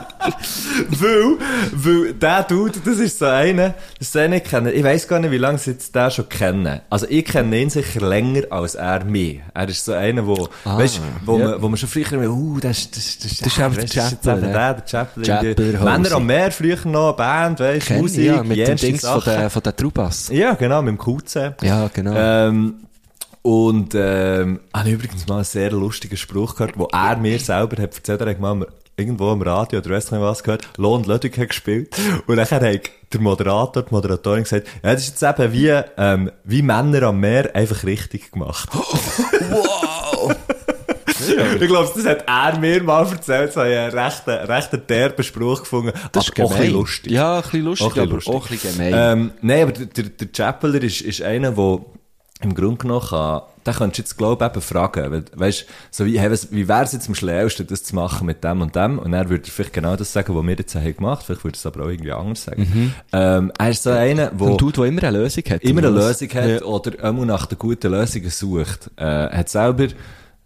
weil, weil der Dude, das ist so einer, das ist so einer, ich kenne, ich weiss gar nicht, wie lange sie jetzt den schon kennen. Also ich kenne ihn sicher länger als er mich. Er ist so einer, wo,
Ah,
weißt, wo,
ja.
man, wo man schon früher immer, uh, das ist, das ist, das ist,
Das ist einfach der
weisst, das ist jetzt
Chappeler,
eben der,
ja.
der Chappeler.
Chappeler,
Männer
Hose.
am Meer, früher noch, Band, weißt,
Kenn ich,
Musik,
ja, mit dem
jenste
Dings von
Sachen.
der, von der Trubas.
Ja, genau, mit dem Kuzen.
Ja, genau.
Ähm, und ähm, habe ich übrigens mal einen sehr lustigen Spruch gehört, wo er mir selber hat erzählt, er hat mal am- irgendwo im Radio oder weiss nicht was gehört, Lohn Ludwig hat gespielt und dann hat der Moderator, die Moderatorin gesagt, ja, das ist jetzt eben wie, ähm, wie Männer am Meer einfach richtig gemacht.
*laughs* Wow!
*laughs* Ich glaube, das hat er mir mal erzählt, so einen rechten, rechten derben Spruch gefunden,
Das
aber auch ein
gemein.
bisschen lustig.
Ja, ein bisschen lustig,
Auch ein
aber
bisschen
auch ein bisschen gemein.
Ähm, nein, aber der, der, der Chappeler ist, ist einer, der im Grunde genommen kann, den könntest du jetzt, glaube ich, eben fragen. Weil, Weißt so wie, hey, was- wie wäre es jetzt am schlauesten, das zu machen mit dem und dem? Und er würde er vielleicht genau das sagen, was wir jetzt haben gemacht. Vielleicht würde er es aber auch irgendwie anders sagen.
Mhm.
Ähm, er ist so einer, der
ein Dude, der Äh, immer eine Lösung hat.
immer eine
oder was?
Lösung hat oder immer nach der guten Lösung sucht. Äh, hat selber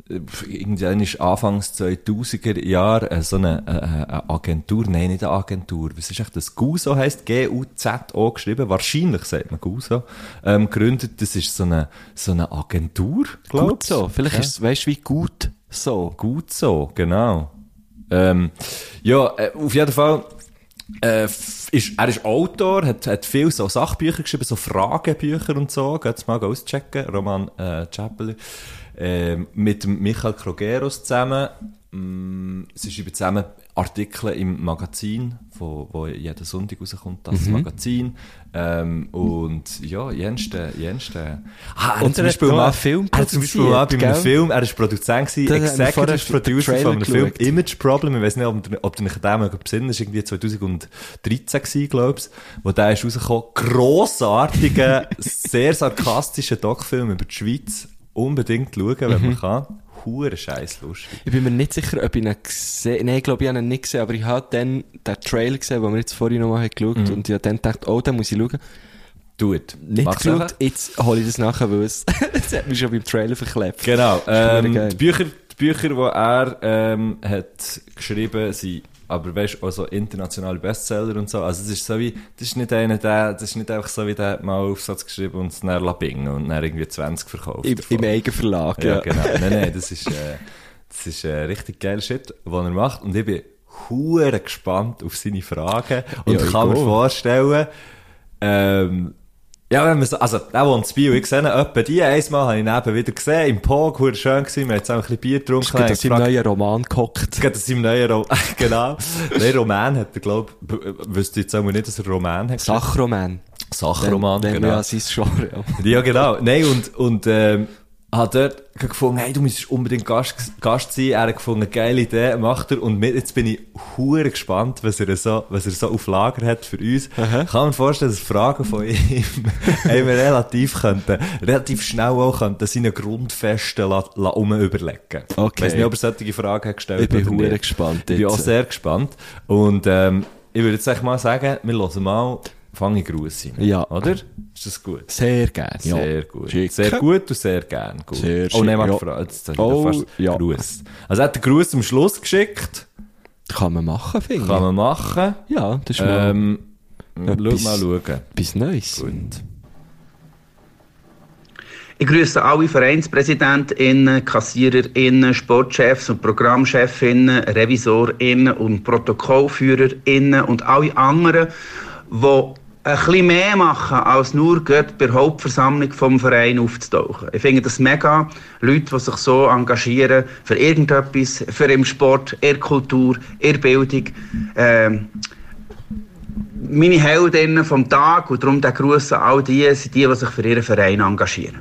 äh, irgendwann ist Anfangs 2000er Jahr äh, so eine, äh, äh, eine Agentur, nein, nicht eine Agentur, was ist echt das GUSO heisst, G-U-Z-O geschrieben, wahrscheinlich sagt man GUSO, ähm, gegründet, das ist so eine, so eine Agentur, glaube
Gut so. Vielleicht ist es, weißt du, wie gut so.
Gut so, genau. Ähm, ja, äh, auf jeden Fall. Äh, f- ist, er ist Autor, hat, hat viel so Sachbücher geschrieben, so Fragebücher und so. Geht's mal auschecken. Roman äh, Chappeler. Ähm, mit dem Michael Krogeros zusammen. Mm, sie schreiben zusammen Artikel im Magazin, wo, wo jeden Sonntag rauskommt, das
Mhm.
Magazin. Ähm, und ja, jenste, jenste. Ah, er hat
Und
zum
er hat
Beispiel
noch
mal,
einen Film
er hat zum Beispiel mal bei
produziert,
einem
gell?
Film, er ist Produzent gewesen,
Da haben wir vorher
Executive
den
Producer
Trailer
von einem Film
geschaut.
Image Problem. Ich weiß nicht, ob, ihr- ob ihr euch an den noch besinnen. Das war irgendwie 2013 gewesen, glaube ich, wo der ist rausgekommen.
*laughs*
Grossartiger, sehr sarkastischer Doc-Film über die Schweiz. Unbedingt schauen, wenn
Mhm.
man kann. Hure scheiß lustig.
Ich bin mir nicht sicher, ob ich ihn gesehen Nein, ich glaube, ich habe ihn nicht gesehen, aber ich habe dann den Trail gesehen, den wir jetzt vorhin nochmal geschaut
Mhm.
haben. Und ich habe dann gedacht, oh, den muss ich schauen.
Tut.
Nicht geschaut, jetzt hole ich das nachher, weil es *laughs* das hat mich schon beim Trailer verklebt.
Genau. Ähm,
geil.
die Bücher, die Bücher, die er ähm, hat geschrieben, sind aber weißt auch so internationale Bestseller und so. Also es ist so wie, das ist nicht einer, der, das ist nicht einfach so wie der hat mal einen Aufsatz geschrieben und es dann labing und dann irgendwie 20 verkauft.
Im,
davon.
Im eigenen Verlag,
ja,
ja.
genau. Nein, nein, das ist, äh, das ist äh, richtig geiler Shit, was er macht. Und ich bin hure gespannt auf seine Fragen und
Ja, ich
kann mir
auch.
vorstellen, ähm, ja, wenn man so, also, der wohnt in Bio, ich sehe ihn etwa die, einmal habe ich ihn eben wieder gesehen, im Pog, hure schön gewesen, wir haben zusammen ein bisschen Bier getrunken,
Ich habe
haben
aus seinem
gefragt,
neuen Roman gehockt.
Gerade aus seinem neuen Roman. *laughs* genau. Nein, Roman hat er, glaube ich, wüsste jetzt auch nicht, dass er Roman hat. geschrieben.
Sachroman.
Sachroman,
Dann- dann-
genau.
Ja, sein Genre. ja.
Ja, genau. Nein, und, und ähm, hat dort gefunden, hey, du müsstest unbedingt Gast, Gast sein. Er hat gefunden, geile Idee, macht er. Und mit, jetzt bin ich hure gespannt, was er, so, was er so auf Lager hat für uns. Ich kann mir vorstellen, dass Fragen von ihm *laughs* einem relativ, könnten, relativ schnell auch könnten seine Grundfesten la, la um überlegen.
Okay.
Ich weiß nicht, ob er solche Fragen hat gestellt
Ich bin
oder
hure
nicht.
gespannt
Ich bin
jetzt.
auch sehr gespannt. Und ähm, ich würde jetzt echt mal sagen, wir hören mal Fange Grüße.
Ja.
Oder? Ist das gut?
Sehr gerne. ja.
Sehr gut.
Schick.
Sehr gut und sehr gern. Gut.
Sehr
oh nein,
schick,
warte,
ja.
Frau, jetzt habe ich
Oh,
oh, fast
ja.
Gruß. Also er hat den Gruß am Schluss geschickt.
Kann man machen, finde ich.
Kann man machen.
Ja, das ist mal
Ähm, schau
Genau. Etwas.
mal schauen.
etwas Neues.
Gut.
Ich grüße alle Vereinspräsidentinnen, Kassiererinnen, Sportchefs und Programmchefinnen, Revisorinnen und Protokollführerinnen und alle anderen, die ein bisschen mehr machen, als nur gerade bei der Hauptversammlung vom Verein aufzutauchen. Ich finde das mega, Leute, die sich so engagieren für irgendetwas, für im Sport, in der Kultur, in der Bildung. Ähm, meine Heldinnen vom Tag und darum der Gruß an all die, sind die, die sich für ihren Verein engagieren.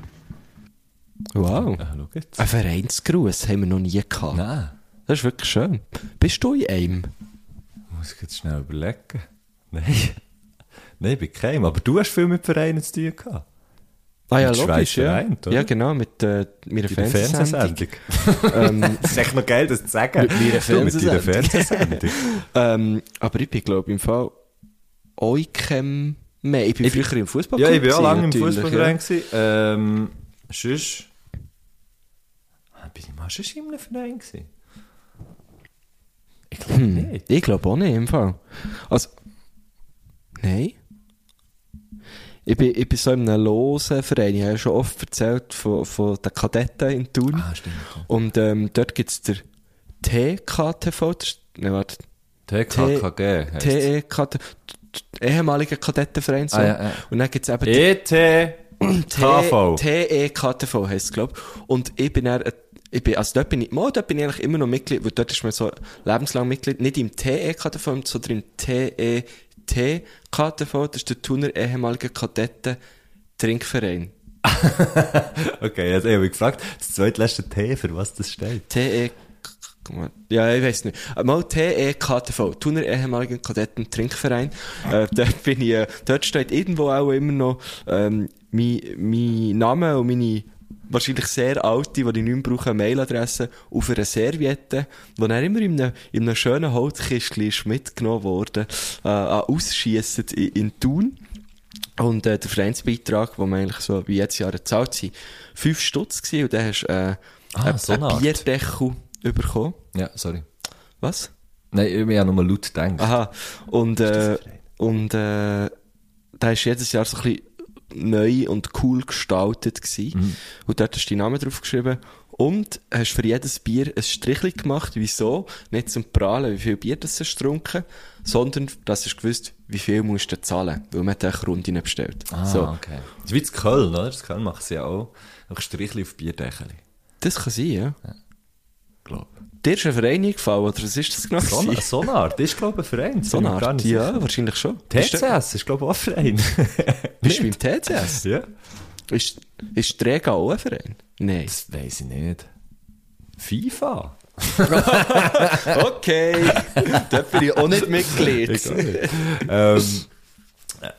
Wow.
Ah, schau jetzt.
Ein Vereinsgruß haben wir noch nie gehabt.
Nein,
Das ist wirklich schön. Bist du in einem?
muss ich jetzt schnell überlegen. Nein. *laughs* Nein, bei keinem. Aber du hast viel mit Vereinen zu tun gehabt.
Ah
Mit Schweiz
ja.
vereint, oder?
ja, genau, mit äh, meiner
Bei der
Fernsehsendung. Ähm,
Fernsehsendung. *laughs* das ist echt noch geil, das zu sagen.
Mit meiner
Du, mit deiner
Fernsehsendung.
Fernsehsendung.
Ähm, aber ich bin, glaube ich, im Fall auch in keinem mehr. Ich bin
bin-
früher im Fußball.
Ja, ich war auch lange im Fußballverein. gewesen. Ähm, sonst... Ah, Bin ich mal sonst in einem Verein gewesen? Ich glaube nicht.
Hm. Ich glaube auch nicht, im Fall. Also, nein. Ich bin, ich bin so in einem losen Verein. Ich habe ja schon oft erzählt von, von den Kadetten in Thun.
Ah, stimmt.
Und ähm, dort gibt es der TKTV, das ist- nein, warte,
E TKKG heisst es.
TEKT, ehemaliger Kadettenverein. So.
Ah, ja, ja.
Und dann gibt es eben
E,
E
ETKV.
TEKTV heisst es, glaube ich. Und ich bin dann, äh, ich bin, also dort bin ich, mal, dort bin ich eigentlich immer noch Mitglied, weil dort ist man so lebenslang Mitglied, nicht im E TEKTV, sondern im E TETKTV, das ist der Thuner ehemalige Kadetten Trinkverein.
Okay, jetzt habe ich gefragt, das zweitletzte T, für was das steht.
TE, ja, ich weiß nicht. Mal E TEKTV, Thuner ehemaligen Kadetten Trinkverein. Äh, *laughs* dort bin ich, äh, dort steht irgendwo auch immer noch, ähm, mein, mein Name und meine wahrscheinlich sehr alte, die ich nicht mehr brauche, Mailadresse auf einer Serviette, die dann immer in einem, in einem schönen Holzkistchen ist mitgenommen worden, äh, ausschiessen in, in Thun. Und äh, der Vereinsbeitrag, wo wir eigentlich so wie jetzt Jahre gezahlt sind, fünf Stutz gewesen und dann hast du äh,
Ah,
einen
so
einen
eine Art.
Bierdeckel bekommen.
Ja, sorry.
Was?
Nein, ich habe nur laut gedacht.
Aha. Und, äh, und äh, da ist jedes Jahr so ein bisschen neu und cool gestaltet gsi
Mhm.
Und dort hast du deinen Namen draufgeschrieben. Und hast für jedes Bier ein Strichli gemacht. Wieso? Nicht zum Prahlen, wie viel Bier das hast du getrunken, sondern, dass du gewusst, wie viel musst du zahlen. Weil man hat auch Runden bestellt.
Ah,
so.
okay. Das ist wie in Köln, oder? In Köln machen sie ja auch einfach Strichli auf Bierdeckel.
Das kann sein, ja.
Glaub.
Dir ist ein Verein eingefallen, oder was ist das genau?
So
gewesen?
eine, so eine Art. Das ist, glaube ich, ein Verein.
so eine
Bin mir gar
Art.
nicht
Ja,
sicher.
wahrscheinlich schon. Bist du-
TCS ist, glaube ich, auch *laughs* ein Verein.
Bist du beim TCS?
ja.
Ist, ist Träger auch ein Verein?
*laughs*
Nein.
Das weiß ich nicht. FIFA?
*laughs* Okay. Dort bin ich auch nicht Mitglied.
ähm,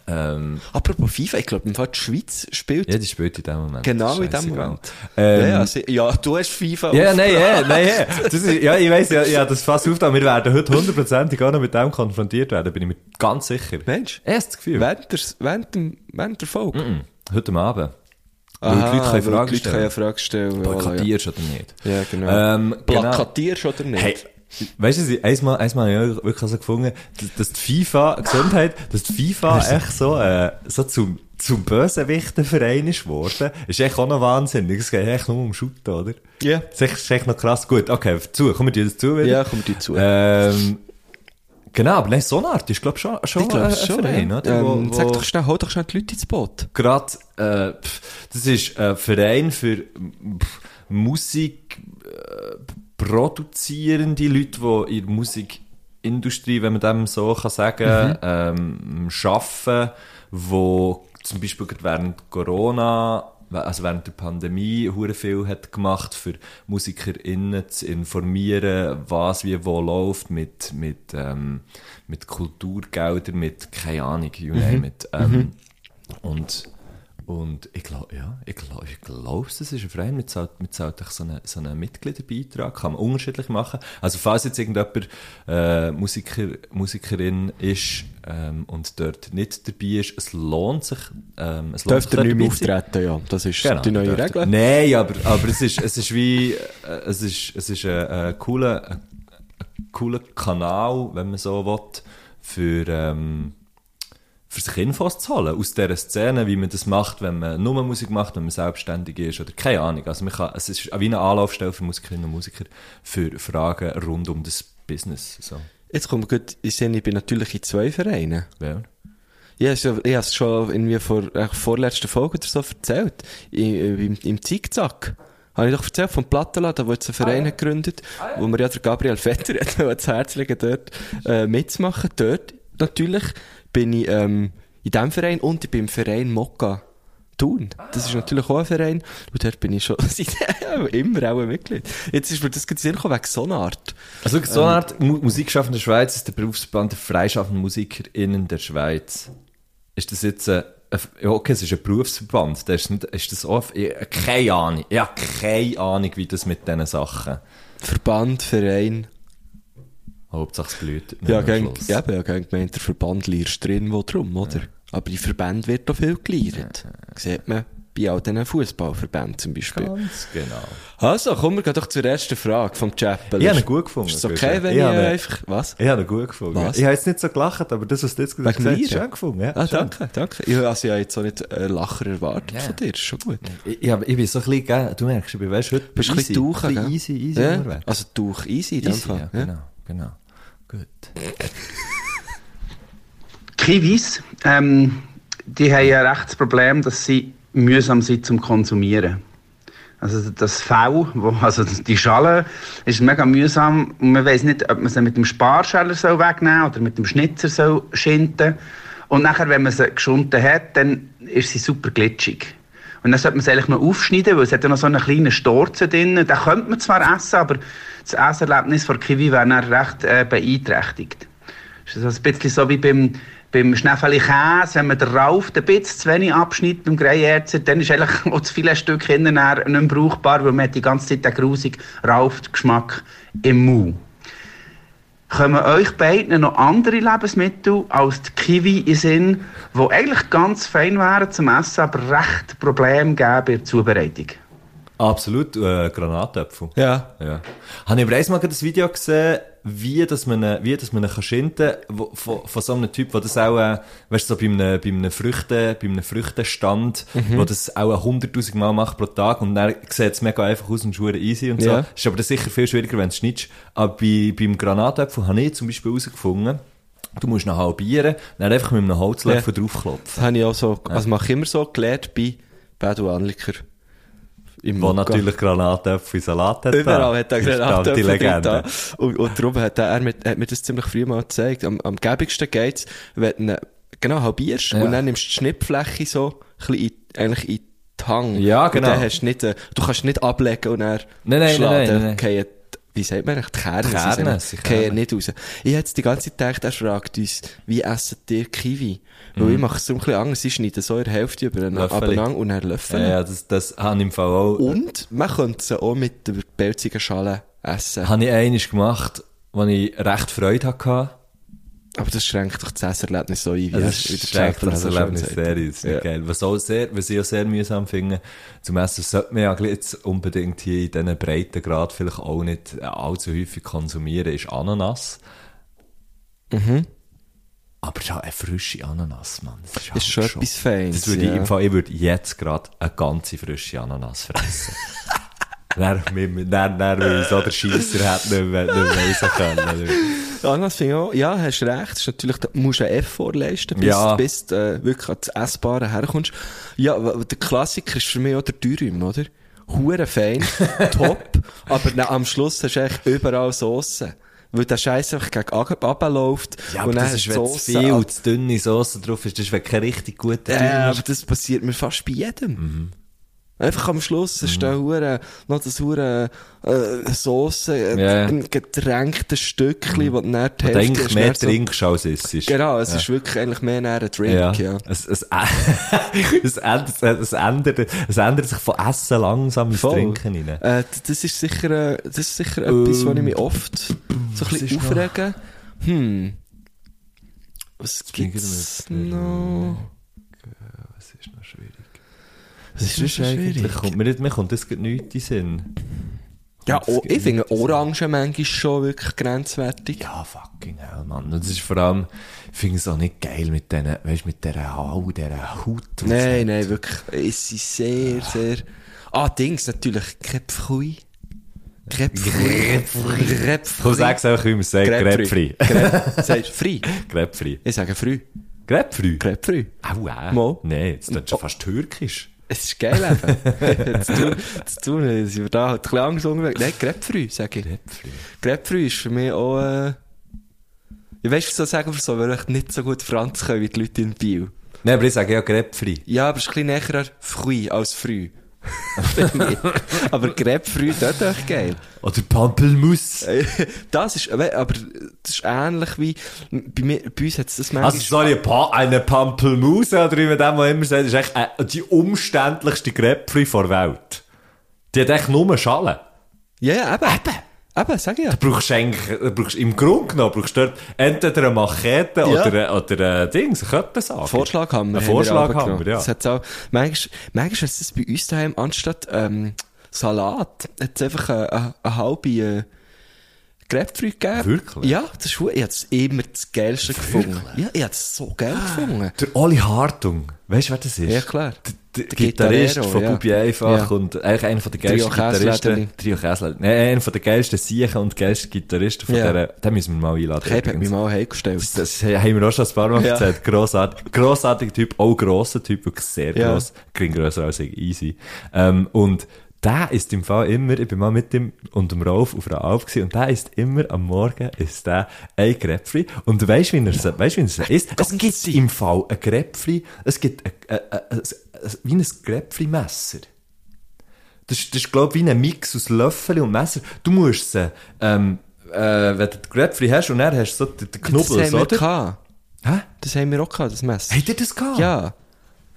ähm,
Apropos FIFA, ich glaube, im Fall die Schweiz spielt
*laughs* ja, die spielt in dem Moment.
genau in
Scheissegal.
dem Moment.
Ähm,
ja, also ja, sie- ja, du hast FIFA.
Ja,
auf-
nein, ja, nein, ja. Das ist, ja, ich weiss, ja, ja, das fast auf, wir werden heute hundertprozentig auch noch mit dem konfrontiert werden, bin ich mir ganz sicher.
Mensch.
Erst das Gefühl.
Während der, während, dem- während der Folge.
Mhm. Heute am Abend. Weil die Leute können
weil
Fragen
die Leute können ja
stellen.
Fragen stellen. ja,
Plakatierst oder nicht?
ja. ja, genau.
Ähm, genau.
Plakatierst oder nicht?
Hey, weißt du, sie- einmal, einmal habe ich wirklich so gefunden, dass- dass die FIFA, Gesundheit, dass die
*laughs*
FIFA echt so, äh, so zum, zum Bösenwichtenverein ist geworden, ist echt auch noch wahnsinnig. Es geht echt nur um Shooten, oder?
Ja.
Das ist echt, ist echt noch krass. Gut, okay, zu, kommen wir dir das zu wieder?
Ja, kommen wir dir zu.
Ähm, Genau, aber nein, so eine Art ist, glaube ich, schon, schon
Ich glaube
ein
es schon.
Verein,
ja.
oder? Wo-
ähm,
wo-
Sag doch schnell, hol doch schnell die Leute ins Boot.
gerade, äh, pf, das ist ein Verein für mm, pf, Musik äh, produzierende Leute, die in der Musikindustrie, wenn man dem so kann sagen ähm, arbeiten, wo zum Beispiel gerade während Corona, also während der Pandemie, hure viel hat gemacht für MusikerInnen zu informieren, was wie wo läuft mit, mit, ähm, mit Kulturgeldern, mit, keine Ahnung, you name it. Ähm, und, und ich glaube, ja, ich glaube, ich glaub, das ist ein Verein, man zahlt, man zahlt auch so einen, so einen Mitgliederbeitrag, kann man unterschiedlich machen. Also falls jetzt irgendjemand äh, Musiker, Musikerin ist ähm, und dort nicht dabei ist, es lohnt sich, ähm, es lohnt
Dürft
sich
ihr
dort
nicht
dabei
mehr
zu sein.
auftreten, ja. Das ist
Genau,
die neue
dürft ihr-
Regel.
Nein, aber, aber es, ist, es ist wie, äh, es ist, es ist ein, ein, cooler, ein, ein cooler Kanal, wenn man so will, für, ähm, für sich Infos zu holen aus dieser Szene, wie man das macht, wenn man nur Musik macht, wenn man selbstständig ist oder keine Ahnung. Also man kann, es ist wie eine Anlaufstelle für Musikerinnen und Musiker für Fragen rund um das Business. So.
Jetzt kommt gut, ich sehe, ich bin natürlich in zwei Vereinen.
Ja.
Ja, ich habe es schon irgendwie vor äh, vorletzter Folge oder so erzählt. I- äh, Im, im Zickzack. Habe ich doch erzählt vom Plattenladen, wo jetzt ein Verein hat gegründet wo mir ja der Gabriel Vetter hat *laughs* noch ans Herz legen, dort äh, mitzumachen. Dort natürlich bin ich ähm, in diesem Verein und ich bin im Verein Mokka Thun. Das ist natürlich auch ein Verein und dort bin ich schon *laughs* seit immer auch ein Mitglied. Jetzt ist mir das gerade in den Sinn gekommen wegen so einer Art.
Also
Ähm,
so eine Art Mu Musikschaffende Schweiz ist der Berufsverband der freischaffenden MusikerInnen der Schweiz. Ist das jetzt ein, ein ja, okay, es ist ein Berufsverband, der ist, nicht, ist das auch, ich, keine Ahnung, ja, keine Ahnung, wie das mit diesen Sachen,
Verband, Verein,
Hauptsache es blüht. nicht
Ja,
am
gern,
Schluss.
ja, eben, ja, gern gemeint, der Verband lehrst drin, wo drum, oder? Aber in Verbänden wird doch viel gelehrt. Sieht man bei all diesen Fußballverbänden zum Beispiel.
Ganz genau.
Also, kommen wir gleich doch zur ersten Frage vom Chapel.
Ich habe ihn gut gefunden,
Ist es okay,
Guschen.
wenn
Ich
ich,
habe ihn-
einfach, was?
Ich habe ihn gut gefunden.
Was?
Ich habe jetzt nicht so gelacht, aber das, was du jetzt gesagt
Wegen
hast,
mir?
ist schön gefunden. Ja,
ah,
schön.
danke, danke. Ich, also, ich habe jetzt auch nicht äh, Lacher erwartet von dir, ist schon gut.
Ich, ich, hab- ich bin so ein bisschen, gell, du merkst, ich bin, weißt, heute
Bist ein bisschen tauchen,
ein
gell?
bisschen easy, easy
ja?
unterwegs.
Also, durch easy, in dem
easy, ja,
Fall. Ja.
genau, genau. Gut.
Kiwis, ähm, die haben ja recht das Problem, dass sie mühsam sind zum Konsumieren. Also das V, wo, also die Schale, ist mega mühsam. Man weiß nicht, ob man sie mit dem Sparschäler soll wegnehmen oder mit dem Schnitzer soll schinden. Und nachher, wenn man sie geschunden hat, dann ist sie super glitschig. Und dann sollte man sie eigentlich noch aufschneiden, weil es hat ja noch so einen kleinen Storzen drin. Den könnte man zwar essen, aber das Esserlebnis von Kiwi wäre dann recht äh, beeinträchtigt. Ist das ein bisschen so wie beim, beim Schnäffeli Käse, wenn man den Rauf ein bisschen zu wenig abschneidet beim Greyerzer, dann ist eigentlich *laughs* auch zu viele Stück hinten dann nicht mehr brauchbar, weil man hat die ganze Zeit den grusigen Rauf-Geschmack im Mund. Kommen euch beiden noch andere Lebensmittel als die Kiwi in den Sinn, die eigentlich ganz fein wären zum Essen, aber recht Probleme geben bei der Zubereitung?
Absolut, äh, Granatäpfel.
Ja.
Ja. Habe ich bereits mal gerade ein Video gesehen, wie, dass man, ihn- wie dass man ihn kann schinden kann, von, von so einem Typ, der das auch, äh, weißt du, so bei einem, bei einem, Früchten, bei einem Früchtenstand,
Mhm.
wo das auch 100.000 Mal macht pro Tag und dann sieht es mega einfach aus und schuhe easy und so.
Ja.
Ist aber dann sicher viel schwieriger, wenn du schneidest. Aber bei, beim Granatäpfel habe ich zum Beispiel herausgefunden, du musst ihn halbieren, dann einfach mit einem Holzlöffel draufklopfen.
Das habe ich auch so, also mache ich immer so gelernt bei Beduanliker. Im
Wo
Mokka.
natürlich Granatäpfel in Salat hat.
Überall hat er Granaten
Die Legende.
Und, und darum hat er, er mit, hat mir das ziemlich früh mal gezeigt. Am, am gäbigsten geht's, wenn du ihn, genau halbierst
Ja.
und dann nimmst du die Schnittfläche so ein bisschen in, eigentlich in die Hang.
Ja, genau.
Und dann hast du nicht, äh, du kannst nicht ablegen und dann
Nein, nein, nein, nein,
schlagen,
nein.
fallen die- wie sagt man eigentlich, die Kerne,
Die Kerne,
sind-
sie
fallen
Kerne.
nicht raus. Ich hätte die ganze Zeit gedacht, er fragt uns, wie essen ihr Kiwi? Weil ich mache es so ein bisschen anders, ich schneide so in der Hälfte übereinander
Mhm. Löffeli.
abeinander und dann löffeln.
Ja, ja, das, das habe ich im Fall auch.
Und man könnte sie auch mit der pelzigen Schale essen.
Habe ich einmal gemacht, wo ich recht Freude hatte.
Aber das schränkt doch das Esserlebnis so ein, wie,
Also
wie
das
der
ist schlecht,
Chapel
das
so schön
Erlebnis
sagt.
Serie ist nicht
Ja.
geil. Was, auch sehr, was ich auch sehr mühsam finde, zum Essen sollte man ja jetzt unbedingt hier in diesen Breitengrad vielleicht auch nicht äh, allzu häufig konsumieren, ist Ananas. Mhm. Aber es ist halt eine frische Ananas, Mann. Das ist, halt
schon etwas Feines,
Das würde ich, *laughs*
ja.
im Fall, ich würde jetzt gerade eine ganze frische Ananas fressen. Dann, dann, dann, weil so der Scheisser hat nicht mehr, nicht mehr reisen können.
Anders finde ich auch, ja, hast recht, ist natürlich, da musst du einen Effort leisten, bis,
Ja.
bis du äh, wirklich ans Essbare herkommst. Ja, w- der Klassiker ist für mich auch der Dürüm, oder?
*laughs*
Hure fein, top, aber dann, am Schluss hast du echt überall Soße. Weil der Scheiß einfach gegen Ab- abläuft
Ja, aber das
hast
ist,
du
wenn zu
Soße
viel,
an-
zu dünne Soße drauf ist, das ist, wenn keine richtig gute
Ja,
Dürüm
Äh, aber das passiert mir fast bei jedem.
Mhm.
Einfach am Schluss ist da hure noch das hure äh, Soße, äh,
Ja. Mhm.
ein getränktes Stückchen, wo du dann die
ist.
Hälfte
Denk
ist
mehr
dann so-
trinkst, als es ist.
Genau, es ist wirklich eigentlich mehr näher ein Drink, ja. ja.
Es, es, *laughs* es, ändert, es, ändert, es ändert sich von Essen langsam ins
Voll.
Trinken rein.
Äh, d- das ist sicher, äh, das ist sicher etwas, wo ich mich oft so ein bisschen
Ähm, ist noch-
aufrege. Hm. Was
bringt
gibt's
mir-
noch?
Das ist noch schwierig.
Was ist das
Mir
schwierig?
kommt, mir, nicht- mir kommt das gerade nichts in den Sinn.
Ja, oh,
gibt
ich finde Orangen manchmal schon wirklich grenzwertig.
Ja, fucking hell, Mann. Und es ist vor allem, ich finde es auch nicht geil mit diesen, weißt du, mit dieser Haut, dieser Haut. die
Nein, nein, wirklich. Es sind sehr, sehr. Ah, Dings, natürlich. Krepfrui. Krepfrui. Krepfrui.
Komm, sag's einfach, wie man sagt. Gräbfrei. *laughs*
Sagst du frei?
Gräbfrei.
Ich sage früh.
Gräbfrei?
Krepfrui.
Aua.
Mal.
Ah, Nein, jetzt klingt schon fast türkisch.
Es ist geil *laughs* eben. Jetzt tun- Jetzt tun wir sind wir da halt ein bisschen Angst unterwegs. Nein, Krepfrui, sage ich.
Gräbfrei.
Grapefruit ist für mich auch, äh, ich weiß was ich sagen so, weil ich nicht so gut Franz kann wie die Leute in Bio.
Nein, aber ich sage ja Gräbfrei.
Ja, aber es ist ein bisschen näher an früh als *laughs* früh. Bei mir. aber Grapefruit, das ist echt geil.
Oder
Äh,
Pampelmus.
*laughs* Das ist, we- aber das ist ähnlich wie, bei, mir, bei uns hat es das
Also, sorry, ein pa eine Pampelmuse, oder wie man dem auch immer sagt, ist echt äh, die umständlichste Gräbfrei der Welt. Die hat echt nur Schalen.
Ja, ja, eben. Eben. Eben, sag ich ja.
brauchst du eigentlich, äh, brauchst, im Grunde genommen brauchst du dort entweder eine Machete oder, oder äh, Dings, eine Köttensager.
Vorschlaghammer.
Ein
haben wir
Vorschlaghammer,
runtergenommen.
ja.
Das hat's auch, manchmal, manchmal ist es bei uns daheim, anstatt, ähm, Salat, hat es einfach eine, eine, eine halbe, äh, Grapefruit gegeben.
Wirklich?
Ja, das ist gut. Ich hab's immer das Geilste gefunden. Ja, ich hab's so geil gefunden.
Der Oli Hartung, weißt du, wer das ist?
Ja, klar.
Ah. Der, der
Der
Gitarrist
Gitarrero,
von
ja.
Bubi einfach
Ja.
und eigentlich einer von der
Trio
geilsten Gitarristen.
Käslederli.
Trio Käsler. Nein, einer von der geilsten Siechen und geilsten Gitarristen von
Ja.
der, den müssen wir mal einladen.
Keb hat
übrigens.
mich mal hergestellt.
Das, das haben wir auch schon ein paar Mal
Ja.
gesagt. Grossartig, grossartiger Typ, auch grosser Typ, wirklich sehr
Ja.
gross. Klingt grösser als ich, easy. Ähm, und der ist im Fall immer, ich bin mal mit dem und dem Rolf auf einer Alp gewesen, und der ist immer am Morgen, ist der ein Gräbfrei. Und weißt du, wie er es, weißt du, wie er es ist? Es gibt im Fall ein Gräbfrei, es gibt ein, ein, ein, ein, ein, wie ein Gräbfrei-Messer. Das, ist- das ist, glaube ich, wie ein Mix aus Löffel und Messer. Du musst sie, ähm, äh, wenn du die Gräbfrei hast und dann hast du so den, den
Das
Knubbel,
haben wir
oder?
gehabt.
Hä?
Das haben wir auch gehabt, das Messer.
Habt ihr das gehabt?
Ja.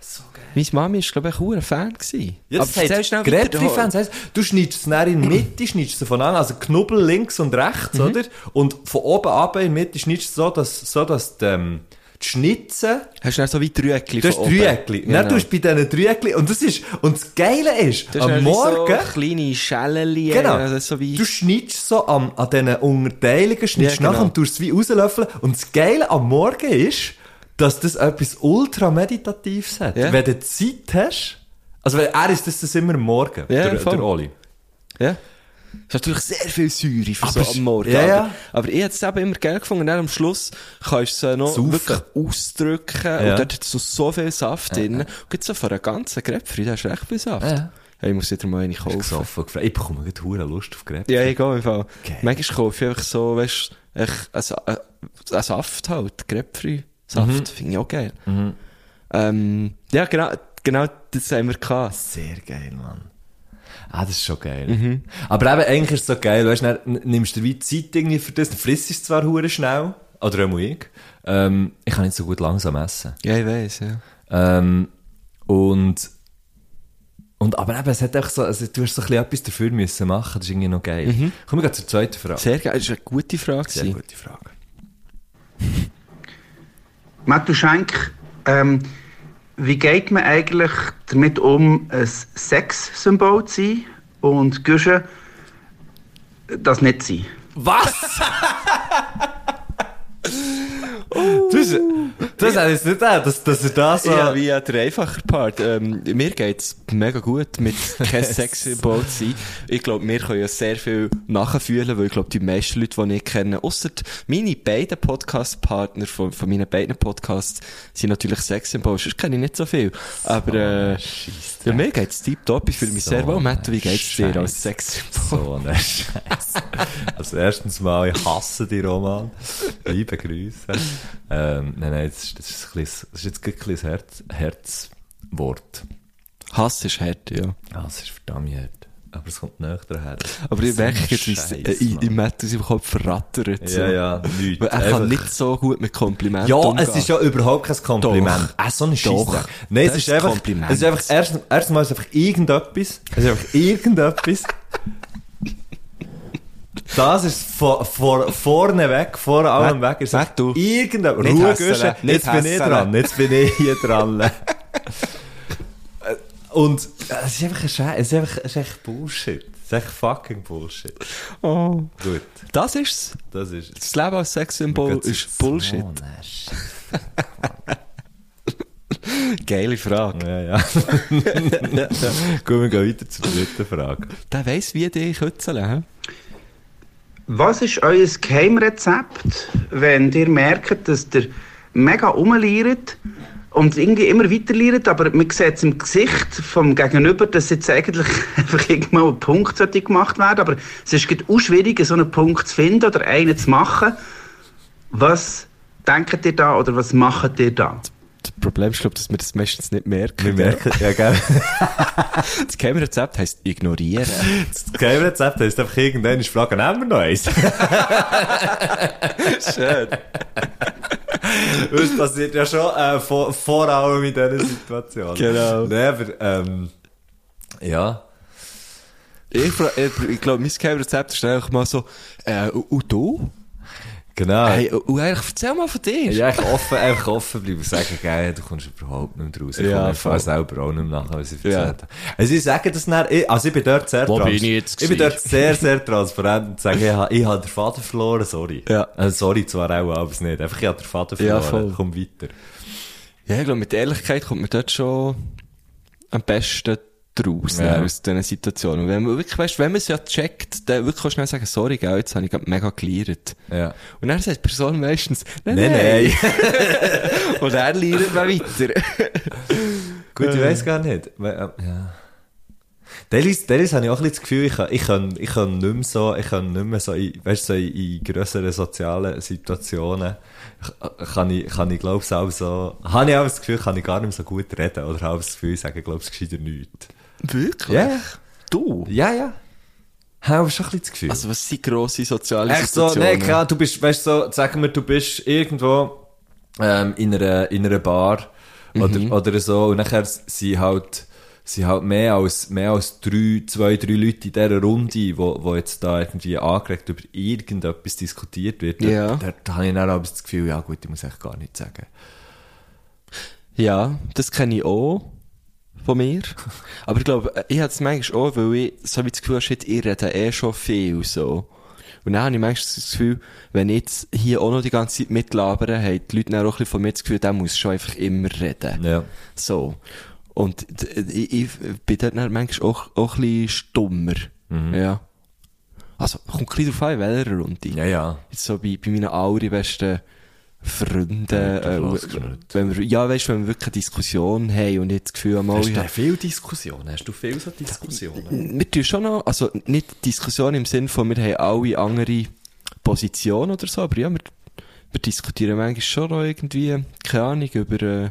So geil.
Meine Mami ist, glaube ich, ein Fan gewesen.
Jetzt
erzähl
heißt Gräbli-Fans heisst, du schneidest es dann in die Mitte, schneidest es von an, also Knubbel links und rechts,
Mhm.
oder? Und von oben ab in die Mitte schneidest du es so, dass, so, dass die, ähm, die Schnitze,
Hast du dann so wie Dreieckli
du hast Dreieckli.
Genau.
Dann tust du bei diesen Dreieckli, und das ist, und das Geile ist,
Das ist
am
dann wie
Morgen,
So kleine Schäleli.
Genau.
Also so wie
Du schneidest so am, an diesen Unterteilungen, schneidest
Ja, genau.
nach und tust es wie rauslöffeln. Und das Geile am Morgen ist, dass das etwas ultra meditatives hat.
Ja.
Wenn du Zeit hast, also weil er ist das, das immer am Morgen,
Ja,
der,
voll.
der Oli.
Ja. Es ist natürlich sehr viel Säure für
Aber
so
es-
am Morgen.
ja, ja.
Aber, aber ich hätte es eben immer geil gefunden. Und Dann am Schluss kannst du es noch
Saufen.
wirklich ausdrücken.
Ja.
Und dort hat es noch so viel Saft drin. Und jetzt so von einer ganzen Gräbfreude hast du recht viel Saft.
Ja.
Hey, ich muss wieder mal eine
Ich,
kaufen.
gesoffen, gefreut. ich bekomme gerade hure Lust auf Gräbchen.
Ja, ich gehe im Fall.
Geil.
Manchmal kaufe ich einfach so, weißt du, echt ein, Sa- äh, ein Saft halt. Gräbfreude. Saft. Finde ich auch geil. Ähm, ja, genau, genau das haben wir gehabt.
Sehr geil, Mann. Ah, das ist schon geil.
Mhm.
Aber eben, eigentlich ist es so geil, weißt du, dann nimmst du dir wie Zeit irgendwie für das, dann frisst du es zwar hure schnell, oder auch ich, ähm, ich kann nicht so gut langsam essen.
Ja, ich weiß, ja.
Ähm, und, und, aber eben, es hat auch so, also, du hast so ein bisschen etwas dafür müssen machen, das ist irgendwie noch geil. Kommen wir gerade zur zweiten Frage.
Mhm. Sehr geil. Das war eine gute Frage.
Sehr
gewesen.
gute Frage.
Matthew Schenk, ähm, wie geht man eigentlich damit um, ein Sexsymbol zu sein und Güsche das nicht zu sein?
Was? das, ist- das Das hätte ich jetzt nicht gedacht, dass, dass er das so...
Ja, wie der einfache Part. Ähm, mir geht's mega gut
*laughs*
mit kein Sex überhaupt sein. Ich glaube, wir können ja sehr viel nachfühlen, weil ich glaube, die meisten Leute, die ich kenne, ausser meine beiden Podcast-Partner von, von meinen beiden Podcasts, sind natürlich Sexsymbol. Sonst kenne ich nicht so viel. Aber äh, ja, mir geht's tiptop. Ich fühle mich
So
sehr wohl. Matt, wie
ein
geht's dir als
Scheiss.
Sexsymbol?
So ein Scheiß. Also erstens mal, ich hasse die Roman. Liebe Grüße. Ähm, nein, nein, das ist, das ist, ein bisschen, das ist jetzt gerade ein bisschen ein Herz, Herzwort.
Hass ist hart, ja.
Ja, es ist verdammt hart. Aber es kommt näher daher.
Aber ich
So ein
merke jetzt, wie es äh,
Scheiss,
in-
Mann.
in Matt aus seinem Kopf verrattert. so.
Ja, ja, nichts.
Weil Er
Einfach-
kann nicht so gut mit Komplimenten
Ja,
umgehen.
es ist ja überhaupt kein Kompliment.
Doch.
Äh, so eine
Doch.
Scheisse. Nein,
Das
es ist
ist ein
einfach,
Kompliment.
es ist einfach, erst, erstmal ist es einfach irgendetwas. Es ist einfach
*laughs*
irgendetwas. Das ist vor, vor, vorne weg, vor allem weg, ist
Matt, du.
irgendetwas.
Nicht
Ruhe,
hässeln,
Guschen.
nicht
jetzt bin ich
hässeln.
dran, jetzt bin ich hier dran.
*laughs*
Äh, Und äh, es ist einfach ein Scheiß, es ist einfach, es ist echt Bullshit. Es ist echt fucking Bullshit.
Oh.
Gut,
Das ist's.
das ist...
Das Leben als Sexsymbol ist Bullshit.
So ein Scheiss.
Geile Frage.
Ja, ja. *laughs* Gut, wir gehen weiter zur dritten Frage.
Der weiss, wie die kützeln. hä?
Was ist euer Geheimrezept, wenn ihr merkt, dass ihr mega rumliert und irgendwie immer weiterliert, aber man sieht es im Gesicht vom Gegenüber, dass jetzt eigentlich *laughs* einfach irgendwann ein Punkt sollte gemacht werden aber es ist gerade auch schwierig, so einen Punkt zu finden oder einen zu machen. Was denkt ihr da oder was macht ihr da?
Das Problem ist, glaub, dass wir das meistens nicht merken.
Wir merken, ja, gell.
Das Geheimrezept heisst ignorieren.
Das Geheimrezept heisst einfach irgendwann ist die Frage, nehmen wir noch eins. *laughs*
*laughs* Schön.
Das passiert ja schon äh, vor, vor allem in diesen Situationen.
Genau.
Nein, aber, ähm, ja.
Ich, fra- ich, ich glaube, mein Geheimrezept ist einfach mal so, äh, und du?
Genau.
Hey, und eigentlich, erzähl mal von dir.
ja, einfach offen, einfach offen bleiben und sagen, gell, du kommst überhaupt nicht mehr raus. Ich
Ja,
komme erfahre
voll.
selber auch nicht mehr nachher, was ich
Ja.
erzählt habe. Also ich sage das dann, ich, also ich bin dort sehr
Wo
trans-
bin ich jetzt
Ich bin
gewesen?
dort sehr, sehr transparent und sage, ich habe, ich habe den Faden verloren, sorry.
Ja.
Also sorry zwar auch, aber es nicht. Einfach, ich habe den Faden
Ja,
verloren.
voll.
Komm weiter.
Ja, ich glaube, mit Ehrlichkeit kommt man dort schon am besten draus
Ja.
ne, aus diesen Situationen. Und wenn man wirklich weißt, wenn man es ja checkt, dann wirklich kannst du sagen, sorry, gell, jetzt habe ich gerade mega geliert.
Ja.
Und dann sagt die Person meistens, nein,
Nein,
nein.
nein.
*laughs* Und dann lernt man
*laughs*
weiter.
Gut, ich weiß gar nicht. We- äh, Ja. Delis, Delis habe ich auch ein bisschen das Gefühl, ich kann, ich kann, ich kann nicht mehr so, ich kann nicht mehr so, in, weißt, so in, in grösseren sozialen Situationen, ich- äh, kann ich, kann ich glaube ich auch so, habe ich auch das Gefühl, kann ich gar nicht mehr so gut reden oder habe das Gefühl, ich sage, glaube ich, gescheiter nichts.
Wirklich?
Ja.
Du?
Ja, ja. Habe ich schon ein bisschen das Gefühl.
Also, was sind grosse soziale
Echt so, nee, klar, du bist, weißt du, so, sagen wir, du bist irgendwo ähm, in, einer, in einer Bar
Mhm.
oder, oder so und nachher sind halt, sind halt mehr als, mehr als drei, zwei, drei Leute in dieser Runde, wo, wo jetzt da irgendwie angeregt über irgendetwas diskutiert wird.
Ja.
Da, da habe ich dann aber das Gefühl, ja gut, ich muss echt gar nichts sagen.
Ja, das kenne ich auch von mir. Aber ich glaube, ich habe es manchmal auch, weil ich so wie das Gefühl habe, shit, ich rede eh schon viel so. Und dann habe ich manchmal das Gefühl, wenn ich jetzt hier auch noch die ganze Zeit mitlabere, haben die Leute dann auch ein bisschen von mir das Gefühl, der muss schon einfach immer reden.
Ja.
So. Und d- ich, ich bin dort dann manchmal auch, auch ein bisschen stummer.
Mhm.
Ja. Also, kommt ein bisschen drauf an, in welcher Runde.
Ja, ja.
Jetzt so bei, bei meinen allerbesten Freunden, äh,
los,
w-
Knut.
wenn wir, ja, weißt, wenn wir wirklich eine Diskussion haben und jetzt das Gefühl haben, oh,
Hast du
ja,
da viel Diskussion? Hast du viel so Diskussionen?
wir tun schon noch, also nicht Diskussion im Sinne von, wir haben alle andere Positionen oder so, aber ja, wir, wir diskutieren manchmal schon noch irgendwie, keine Ahnung, über äh,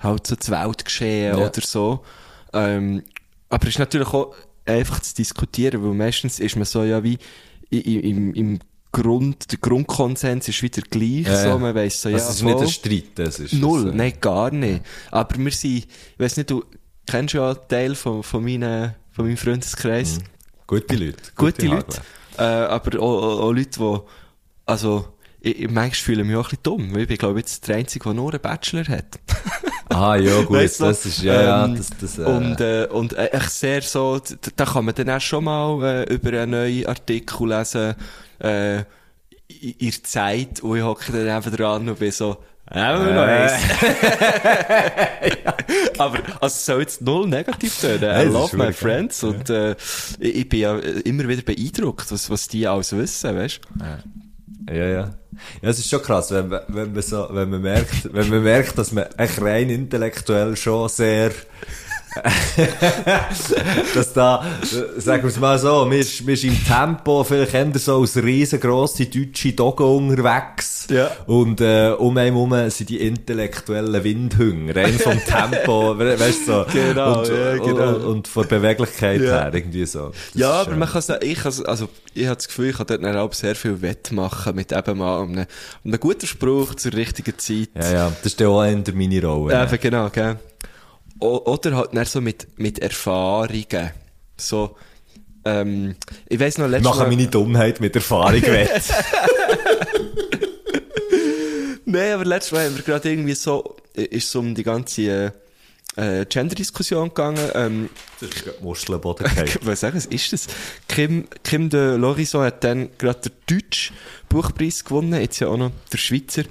halt so das Weltgeschehen
Ja.
oder so. Ähm, aber es ist natürlich auch einfach zu diskutieren, weil meistens ist man so ja wie i- i- im, im Grund, der Grundkonsens ist wieder gleich,
Ja, ja.
so, man weiss so, ja,
das ist nicht
voll.
ein Streit, das ist...
Null,
das, äh,
nein, gar nicht. Aber wir sind, ich weiss nicht, du kennst ja einen Teil von, von, meinen, von meinem Freundeskreis.
Gute Leute.
Gute, Leute.
Hagler.
Äh, aber auch, auch, auch Leute, die, also, ich, ich manchmal fühle ich mich auch ein bisschen dumm, weil ich bin, glaube ich, jetzt der Einzige, der nur einen Bachelor hat.
Ah, ja, gut,
Weißt du?
das ist, ja,
Ähm,
ja, das, das, äh,
Und, äh, und äh, echt sehr so, d- da kann man dann auch schon mal äh, über einen neuen Artikel lesen, äh, in in der Zeit, wo ich hocke dann einfach dran und bin so, Ja, nur noch *laughs* eins. Aber also es soll jetzt null negativ tönen. I
Nein, das ist
love
wirklich
my
geil.
friends. Und äh, ich, ich bin ja äh, immer wieder beeindruckt, was, was die alles wissen, weißt du?
Ja, ja. Ja, es ist schon krass, wenn, man- wenn, man, so, wenn, man, merkt, wenn man merkt, dass man echt rein intellektuell schon sehr... *laughs* dass da, äh, sagen wir es mal so, wir ist, man ist im Tempo, vielleicht eher so als riesengrosse deutsche Dogge unterwegs.
Ja.
Und äh, um einen herum sind die intellektuellen Windhünger, rein
*laughs*
vom Tempo, we- weißt du so.
Genau,
und,
ja, genau.
Und, und von der Beweglichkeit
Ja.
her, irgendwie so. Das
ja,
ist,
aber
äh,
man kann's auch- ich kann's, also, ich habe das Gefühl, ich kann dort dann auch sehr viel wettmachen mit eben mal einem, einem guten Spruch zur richtigen Zeit.
Ja, ja, das ist ja auch eine meiner Rolle.
Ja, Eben, genau, gell. O oder halt dann so mit, mit Erfahrungen. So, ähm, ich weiss noch,
Ich
letztes
mache meine Dummheit mit Erfahrung wett.
*laughs* Nein, aber letztes Mal haben wir gerade irgendwie so, ist so um die ganze äh, äh, Gender-Diskussion gegangen. Ähm,
Das ist gerade
*laughs*
Muschelboden gefallen.
was sagen, was ist das? Kim, Kim de Lorison hat dann gerade den deutschen Buchpreis gewonnen, jetzt ja auch noch der Schweizer.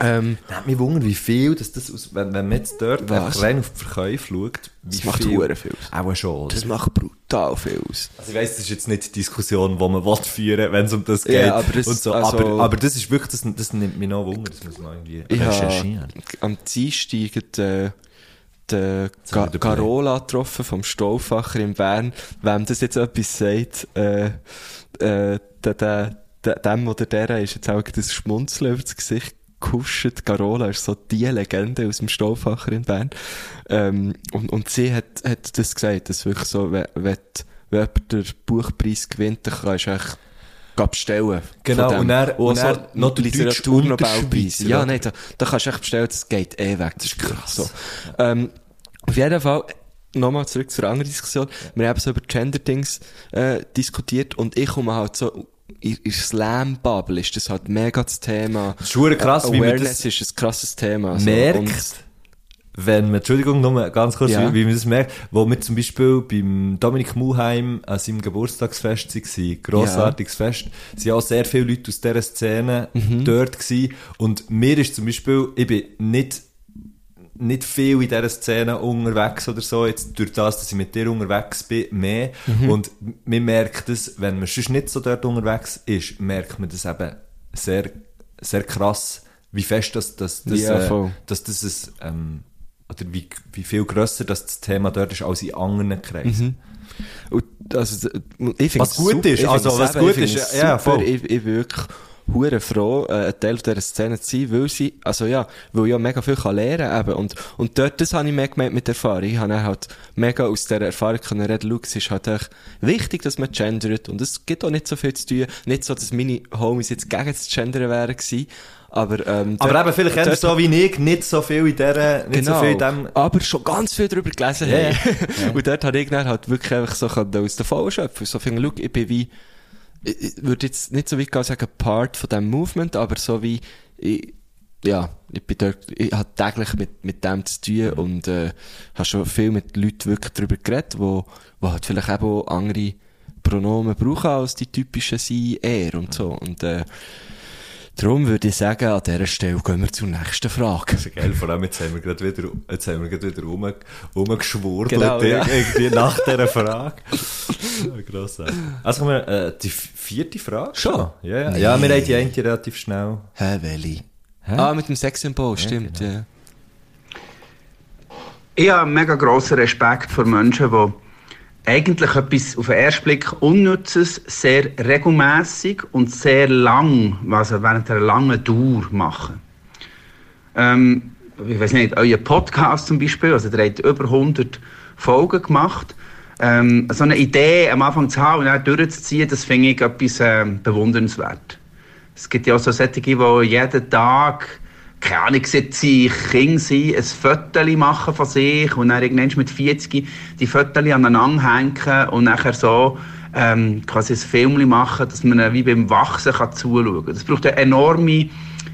Ähm,
Hat mich wundert, wie viel, dass das aus, wenn, wenn man jetzt dort
Was?
einfach rein auf die Verkäufe schaut, wie
Das macht
viel.
verdammt viel aus.
Auch schon. Oder?
das macht brutal viel aus.
Also ich weiss, das ist jetzt nicht die Diskussion, die man will führen wenn es um das geht.
Ja, aber das-
und so.
also-
aber, aber das ist wirklich, das, das nimmt mich noch Wunder, das muss man irgendwie
Ich habe
recherchieren.
am Dienstag den, den
haben wir
Ga
den Play.
Carola getroffen vom Stauffacher in Bern. Wem das jetzt etwas sagt, äh, äh, der, der, der, dem oder der ist jetzt auch das Schmunzeln über das Gesicht gehuscht. Carola ist so die Legende aus dem Stauffacher in Bern. Ähm, und, und sie hat, hat das gesagt, dass wirklich so, wenn, wenn wenn jemand den Buchpreis gewinnt, dann kannst du echt geh bestellen.
Genau,
von dem.
und dann-
auch
und dann
so
noch der deutsche und der
Literaturnobelpreis.
Schweizer,
Ja,
oder?
nein, da, da kannst du echt bestellen, das geht eh weg. Das ist krass. So. Ähm, auf jeden Fall, nochmal zurück zur anderen Diskussion. Wir haben so über Gender-Dings äh, diskutiert und ich komme halt so, in, in Slam-Bubble ist das halt mega das Thema.
Das ist verdammt krass, wie man
Awareness
das-
ist ein krasses Thema. so.
merkt,
Und-
wenn man, Entschuldigung, nur ganz kurz,
Ja.
wie, wie man das merkt, wo wir zum Beispiel beim Dominik Muheim an seinem Geburtstagsfest waren, grossartiges Fest, es waren auch sehr viele Leute aus dieser Szene dort gewesen. und mir ist zum Beispiel, ich bin nicht nicht viel in dieser Szene unterwegs oder so, jetzt durch das, dass ich mit dir unterwegs bin, mehr.
Mhm.
Und man merkt es, wenn man sonst nicht so dort unterwegs ist, merkt man das eben sehr, sehr krass, wie fest das, das, das,
Ja,
äh,
voll.
dass das ist, ähm, oder wie, wie viel grösser das, das Thema dort ist als in anderen Kreisen.
Mhm. Und, also, d- ich
Was
find's
gut
sup-
ist,
ich find's
also, was
eben,
gut ist,
ich find's
ja,
super.
voll.
Ich, ich bin wirklich hure froh, äh, ein Teil dieser Szene zu sein, weil sie, also ja, weil ich ja mega viel kann lernen kann eben. Und, und dort, das habe ich mehr gemeint mit Erfahrung. Ich habe dann halt mega aus dieser Erfahrung können reden, Luke, es ist halt echt wichtig, dass man gendert und es gibt auch nicht so viel zu tun. Nicht so, dass meine Homies jetzt gegen das Gendern wären gewesen, aber ähm,
Aber
dort-
eben, vielleicht eher
dort- Genau.
so wie ich, nicht so viel in dieser, nicht so viel in dem,
aber schon ganz viel darüber gelesen
Ja, ja.
haben. *laughs* Und dort habe ich dann halt wirklich einfach so können aus der Fall schöpfen. So finde, schau, ich bin wie, ich, ich würde jetzt nicht so weit gehen sagen, Part von diesem Movement, aber so wie, ich, ja, ich bin dort, ich habe täglich mit, mit dem zu
Mhm.
tun und, äh, habe schon viel mit Leuten wirklich darüber geredet, wo, wo halt vielleicht eben auch andere Pronomen brauchen als die typischen sie, er
Mhm.
und so. Und, äh, darum würde ich sagen, an dieser Stelle gehen wir zur nächsten Frage.
Das ist ja geil, vor allem jetzt haben wir gerade wieder, jetzt haben wir gerade wieder rum, rumgeschwurbelt,
Genau, ja.
irgendwie nach dieser
*laughs*
Frage. Ja, Grossartig. Also kommen wir, äh, die vierte Frage? Schon? Ja, ja. ja wir haben die eine relativ schnell.
Hä, welche? Ah, mit dem Sexsymbol, stimmt, ja. genau.
Ich habe mega grossen Respekt vor Menschen, die eigentlich etwas auf den ersten Blick Unnützes sehr regelmäßig und sehr lang, also während einer langen Dauer machen. Ähm, ich weiß nicht, euer Podcast zum Beispiel, also der hat über 100 Folgen gemacht. Ähm, so eine Idee am Anfang zu haben und dann durchzuziehen, das finde ich etwas ähm, bewundernswert. Es gibt ja auch so solche, die jeden Tag, keine Ahnung, seit sie Kinder sind, ein Foto machen von sich und dann irgendwann mit 40 die Fotos aneinander hängen und nachher so ähm, quasi ein Film machen, dass man ihnen wie beim Wachsen kann zuschauen kann. Das braucht eine enorme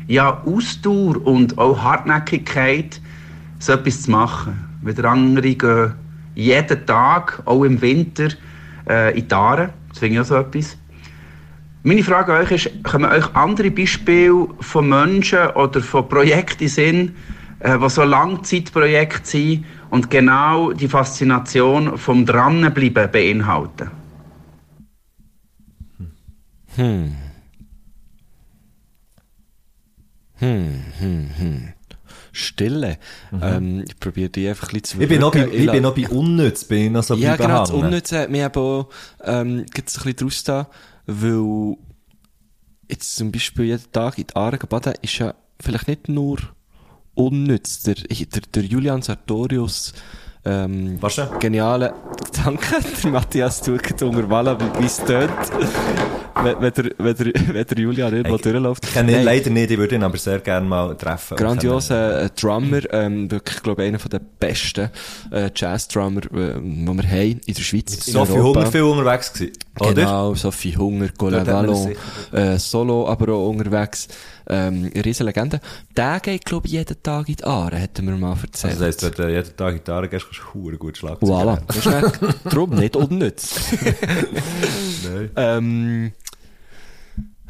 ja, Ausdauer und auch Hartnäckigkeit, so etwas zu machen. Weil andere gehen jeden Tag, auch im Winter, äh, in die Aare. Das finde ich auch so etwas. Meine Frage an euch ist, kommen euch andere Beispiele von Menschen oder von Projekten in Sinn, äh, die so Langzeitprojekte sind und genau die Faszination vom Dranbleiben beinhalten?
Stille. Ähm, ich probiere die einfach ein bisschen zu
Ich bin noch bei,
wirken.
ich bin
la-
noch bei unnütz, bin ich noch so
Ja,
bleiben
genau, das
hängen.
Unnütze hat mich eben auch, ähm, gibt's ein bisschen draus da, weil jetzt zum Beispiel jeden Tag in die Aare baden ist ja vielleicht nicht nur unnütz. Der, der, der Julian Sartorius, ähm,
Was denn?
geniale, danke, *laughs* der Matthias schaut unter Walla, wie wie es tönt, *laughs* wenn, wenn, der, wenn, der, wenn der Julian irgendwo
Ey,
durchläuft.
Ich kenne ihn
Nein.
leider nicht, ich würde ihn aber sehr gerne mal treffen.
Grandioser äh, Drummer, ähm, wirklich, glaube ich, einer der besten äh, Jazz-Drummer, äh, die wir haben in der Schweiz. in
So viel
Europa.
Hunger, viel unterwegs gewesen, oder?
Genau, Sophie Hunger, Colin
Dort hat man
Vallon,
sich-
äh, Solo, aber auch unterwegs, ähm, Riesenlegende. Der geht, glaube ich, jeden Tag in die Aare, hätten wir mal erzählt.
Das heisst, wenn du jeden Tag Gitarre gehst, kannst du verdammt gut Schlagzeug
Voilà.
lernen.
Das ist nicht- *laughs* Drum nicht unnütz.
Nein.
ähm,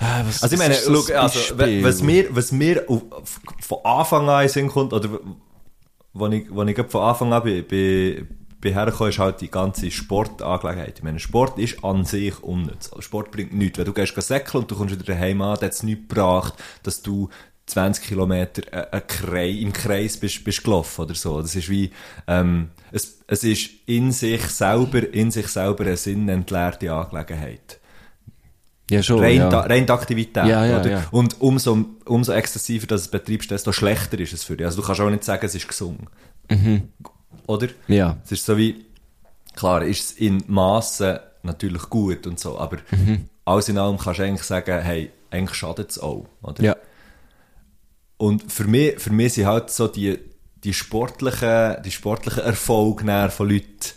äh, was,
Also ich meine,
was ist so
schau,
ein
also, we-
Beispiel?
was mir, was mir auf, auf- von Anfang an in den Sinn kommt, oder w- wo ich, wo ich gerade von Anfang an bin, bin, bin hergekommen, ist halt die ganze Sportangelegenheit. Ich meine, Sport ist an sich unnütz. Also Sport bringt nichts. Wenn du gehst säckeln und du kommst wieder daheim an, dann hat es nichts gebracht, dass du 20 Kilometer äh, äh, Krei- im Kreis bist, bist gelaufen oder so. Das ist wie, ähm, es, es ist in sich selber, in sich selber eine sinnentleerte Angelegenheit.
ja, schon,
Rein,
ja.
da, rein die Aktivität.
Ja, ja,
oder?
ja.
Und umso, umso exzessiver dass es betreibst, desto schlechter ist es für dich. Also du kannst auch nicht sagen, es ist gesungen. Oder?
Mhm. Ja.
Es ist so wie, klar, ist es in Massen natürlich gut und so, aber
Mhm.
alles in allem kannst du eigentlich sagen, hey, eigentlich schadet es auch. Oder?
ja.
Und für mich, für mich sind halt so die, die sportlichen, die sportlichen Erfolge näher von Leuten,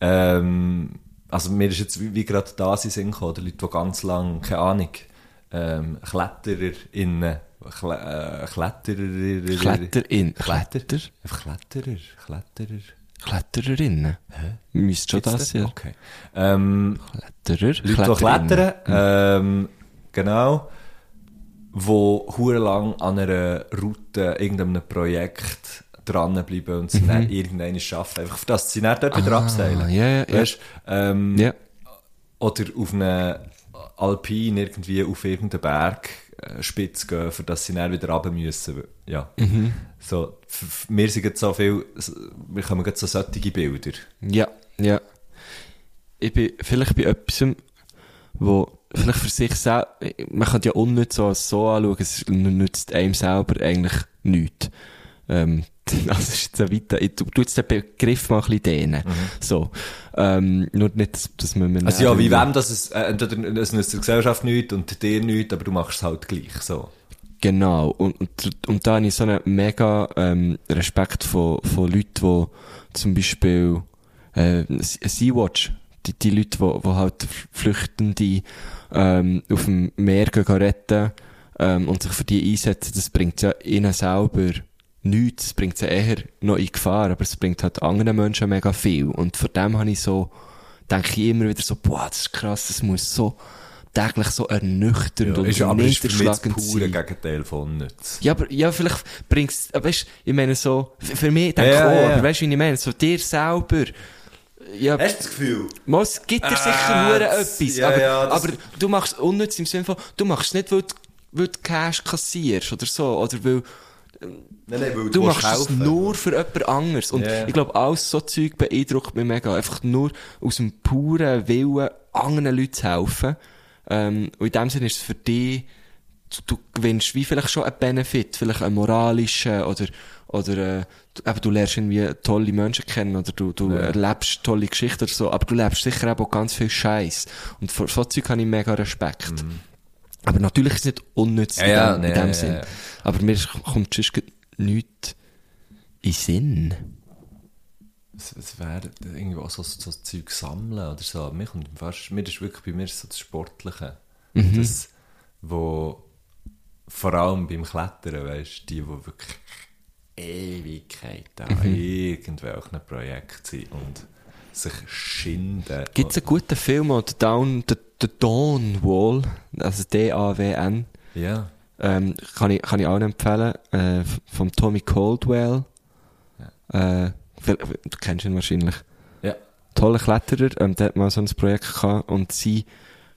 ähm, also mir ist jetzt wie, wie gerade da sie sind oder Leute, die ganz lang, keine Ahnung, ähm, KlettererInnen, Kle äh, Kletterer,
Kletterin.
Kletter,
Kletter?
einfach Kletterer, Kletterer,
Klettererinnen. Müsste schon das ja.
okay. Ähm,
Kletterer.
Leute, die
Kletterinnen.
klettern,
Mhm.
ähm, genau, wo hure lang an einer Route, irgendeinem Projekt dranbleiben und sie dann irgendwann schaffen, einfach dass sie dann dort wieder abseilen.
Mhm. Ah, ja, ja, ja.
Weisst, ähm,
Ja.
Oder auf eine Alpin irgendwie auf irgendeinen Berg äh, spitz gehen, für dass sie dann wieder runter müssen. Ja.
Mhm.
So, f- f- wir sind jetzt so viel, so- wir kommen jetzt so solche Bilder.
Ja, ja. Ich bin vielleicht bei etwas, wo vielleicht für sich selbst, man kann ja unnütz so als so anschauen, es nützt einem selber eigentlich nichts. Ähm, *laughs* das ist jetzt ein weiter, ich tu tu jetzt den Begriff mal ein bisschen dehnen. So. Ähm, nur nicht, dass- dass man mir
Mhm. Also ja,
nachher-
wie wem das es, äh, entweder es nützt der Gesellschaft nichts und dir nichts, aber du machst es halt gleich, so.
Genau, und, und, und da habe ich so einen mega ähm, Respekt von, von Leuten, die zum Beispiel äh, Sea-Watch, die, die Leute, die, die halt Flüchtende ähm, auf dem Meer gehen retten ähm, und sich für die einsetzen, das bringt ja ihnen selber nichts, das bringt sie eher noch in Gefahr, aber es bringt halt anderen Menschen mega viel. Und von dem habe ich so, denke ich immer wieder so, boah, das ist krass, das muss so täglich so ernüchternd und niederschlagend
das pure
sein.
Gegenteil von nichts.
Ja, aber, ja, vielleicht bringst du, weißt ich meine so, f- für mich denke
Ja,
ich auch,
ja.
aber weißt du, wie ich meine, so dir selber, ja,
Hast du das Gefühl?
Moss gibt dir sicher
Ah,
nur
das-
etwas,
ja,
aber,
ja, das-
aber du machst es unnütz im Sinne von, du machst es nicht, weil du, weil du Cash kassierst oder so, oder weil
Nein, nein, weil
du
willst
machst es
helfen.
nur für jemand anderes und
Ja.
ich glaube, alles so Zeug beeindruckt mich mega, einfach nur aus dem puren Willen, anderen Leuten zu helfen ähm, und in dem Sinne ist es für dich du, du gewinnst wie vielleicht schon einen Benefit, vielleicht einen moralischen oder, oder äh, du, eben, du lernst irgendwie tolle Menschen kennen oder du, du erlebst tolle Geschichten oder so, aber du lebst sicher eben auch ganz viel Scheiß und vor so Zeug habe ich mega Respekt. Aber natürlich ist es nicht unnütz
Mhm. Ja, ja,
in dem,
nee,
in dem
ja,
Sinn.
ja.
Aber mir sch- kommt sonst grad nichts in Sinn.
Es, es wäre irgendwie auch so, so Zeug sammeln oder so. Mir, kommt fast, mir ist wirklich bei mir so das Sportliche.
Mhm.
Das, wo vor allem beim Klettern, weißt du, die, die wirklich
Mhm.
Ewigkeit an irgendwelchen Projekten sind und sich schinden.
Gibt es einen guten Film, der Down, The, The Dawn Wall, also D-A-W-N,
Ja.
ähm, kann, ich, kann ich allen empfehlen, äh, f- vom Tommy Caldwell. Äh, vil- du kennst ihn wahrscheinlich.
Ja.
Toller Kletterer, ähm, der hat mal so ein Projekt gehabt und sein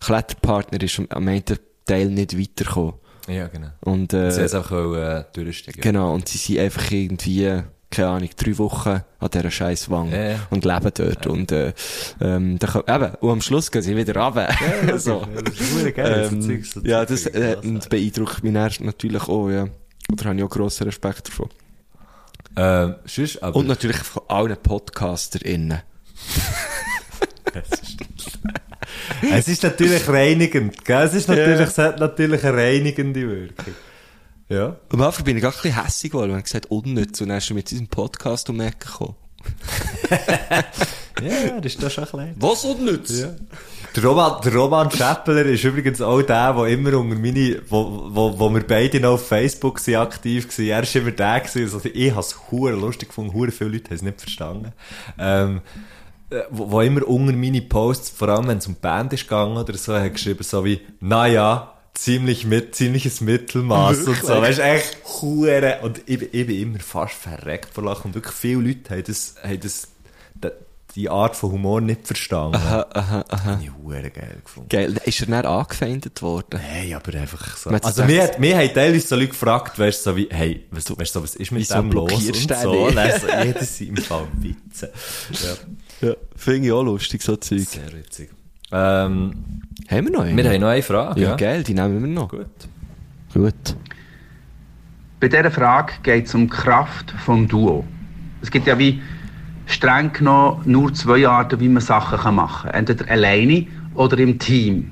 Kletterpartner ist am- am einen Teil nicht weitergekommen.
Ja, genau.
Und, äh,
Sie haben es auch äh, durchsteigen.
Genau, und sie sind einfach irgendwie, keine Ahnung, drei Wochen an dieser scheiß Wang
Ja, ja.
und leben dort. Und, äh, ähm, da kann, eben, und am Schluss gehen sie wieder runter. *laughs* so.
Das ist verdammt geil, so
ähm,
Zeug, so
ja,
Zeug
das
finde ich
äh,
krass,
und
ey.
beeindruckt mich erst natürlich auch, ja. Und da habe ich auch grossen Respekt davon.
Ähm, sonst, aber...
Und natürlich von allen PodcasterInnen.
*laughs* Es ist natürlich reinigend, gell? Es ist natürlich,
Ja.
es hat natürlich eine reinigende Wirkung. Ja.
Am Anfang bin ich gar ein bisschen hässig geworden, wenn ich gesagt unnütz. Und dann ist er mit diesem Podcast um die Ecke gekommen.
Ja, das ist doch schon klein.
Was unnütz? Ja.
Der Roman, der Roman Schäppeler ist übrigens auch der, der immer unter meine, wo, wo, wo wir beide noch auf Facebook sind, aktiv waren. Er war immer der, gewesen, also ich habe es hure lustig gefunden, hure viele Leute haben es nicht verstanden. Ähm, äh, wo, wo immer unter meine Posts, vor allem wenn es um die Band ist gegangen oder so, hat geschrieben so wie, naja, ziemlich mit, ziemliches Mittelmaß und so. Weißt du, echt hure und ich, bin- ich bin immer fast verreckt vor Lachen. Und wirklich viele Leute haben das, haben das, d- die Art von Humor nicht verstanden. Habe ich hure geil gefunden.
Geil. Ist er dann angefeindet worden?
Hey, aber einfach so.
Man hat
Also,
gesagt-
mir, hat, mir haben teilweise so Leute gefragt, weißt du, so wie, hey, weißt du, weißt du, was ist mit
Wieso
dem los?
blockierst
Und
du
so,
den
weißt du, jeder sind im Fall Witze. Ja,
Ja. Finde ich auch lustig, so Zeug.
sehr witzig. Ähm,
Haben wir noch einen?
wir haben noch eine Frage.
Ja, geil, die nehmen wir noch.
Gut.
Gut.
Bei dieser Frage geht es um die Kraft vom Duo. Es gibt ja wie streng genommen nur zwei Arten, wie man Sachen kann machen kann. Entweder alleine oder im Team.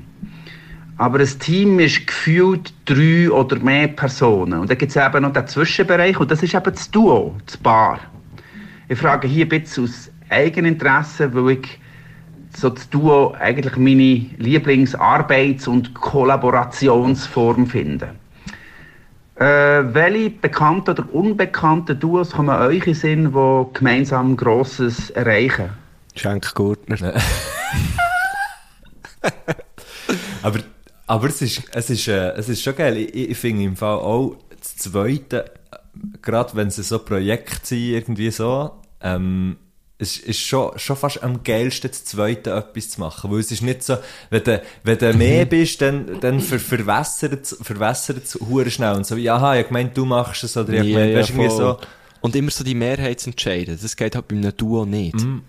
Aber ein Team ist gefühlt drei oder mehr Personen. Und dann gibt es eben noch den Zwischenbereich und das ist eben das Duo, das Paar. Ich frage hier ein bisschen aus Eigeninteresse, weil ich so das Duo eigentlich meine Lieblingsarbeits- und Kollaborationsform finde. Äh, welche bekannten oder unbekannten Duos kommen euch in den Sinn, die gemeinsam Grosses erreichen?
Schenk Gurtner.
Aber, aber es, ist, es, ist, äh, es ist schon geil. Ich, ich- ich finde im Fall auch das Zweite, äh, gerade wenn sie so Projekte sind, irgendwie so, ähm, es ist schon, schon fast am geilsten, das Zweite etwas zu machen. Weil es ist nicht so, wenn du, wenn du mehr
Mhm.
bist, dann, dann ver, verwässert es verwässert es hure schnell. Und so wie, aha, ich meine, du machst es, oder ich
Ja,
meine,
ja,
weißt du, irgendwie so.
voll. Und immer so die Mehrheitsentscheide. Das geht halt bei einem Duo nicht. In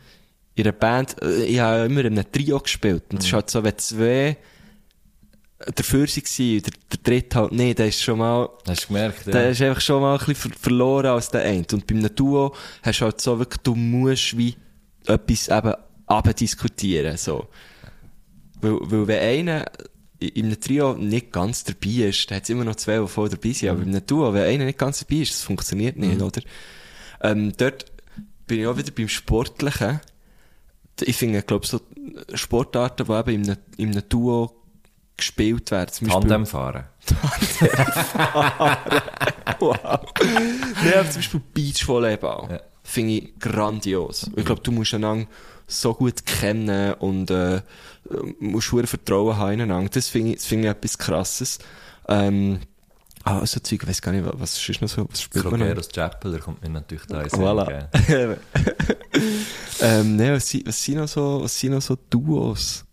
einer Band, äh, ich habe ja immer in einem Trio gespielt. Und es ist halt so, wenn zwei dafür waren und der, der dritte halt nicht, der ist schon mal,
Hast du gemerkt? Ja.
der ist einfach schon mal ein bisschen ver verloren als der eine. Und bei einem Duo hast du halt so wirklich, du musst wie etwas eben abdiskutieren, so. Weil, weil wenn einer in in einem Trio nicht ganz dabei ist, dann hat es immer noch zwei, die voll dabei sind,
Mhm.
aber in einem Duo, wenn einer nicht ganz dabei ist, das funktioniert nicht, oder? Ähm, dort bin ich auch wieder beim Sportlichen. Ich finde, glaube so Sportarten, die eben in einem, in einem Duo gespielt werden, zum Beispiel-
Tandem
*laughs*
fahren. *laughs*
Wow. Nein, aber zum Beispiel Beachvolleyball. Finde ich grandios. Ich glaube, du musst einander so gut kennen und äh, musst hohe Vertrauen haben ineinander. Das finde ich, das finde ich etwas Krasses. Ähm, ah, so Zeug, ich weiß gar nicht, wa- was ist noch so, was spielt man noch?
Krogeros Chapel, kommt mir natürlich da ins
Voilà. *laughs* ähm, nee, was, sind- was sind noch so, was sind noch so Duos?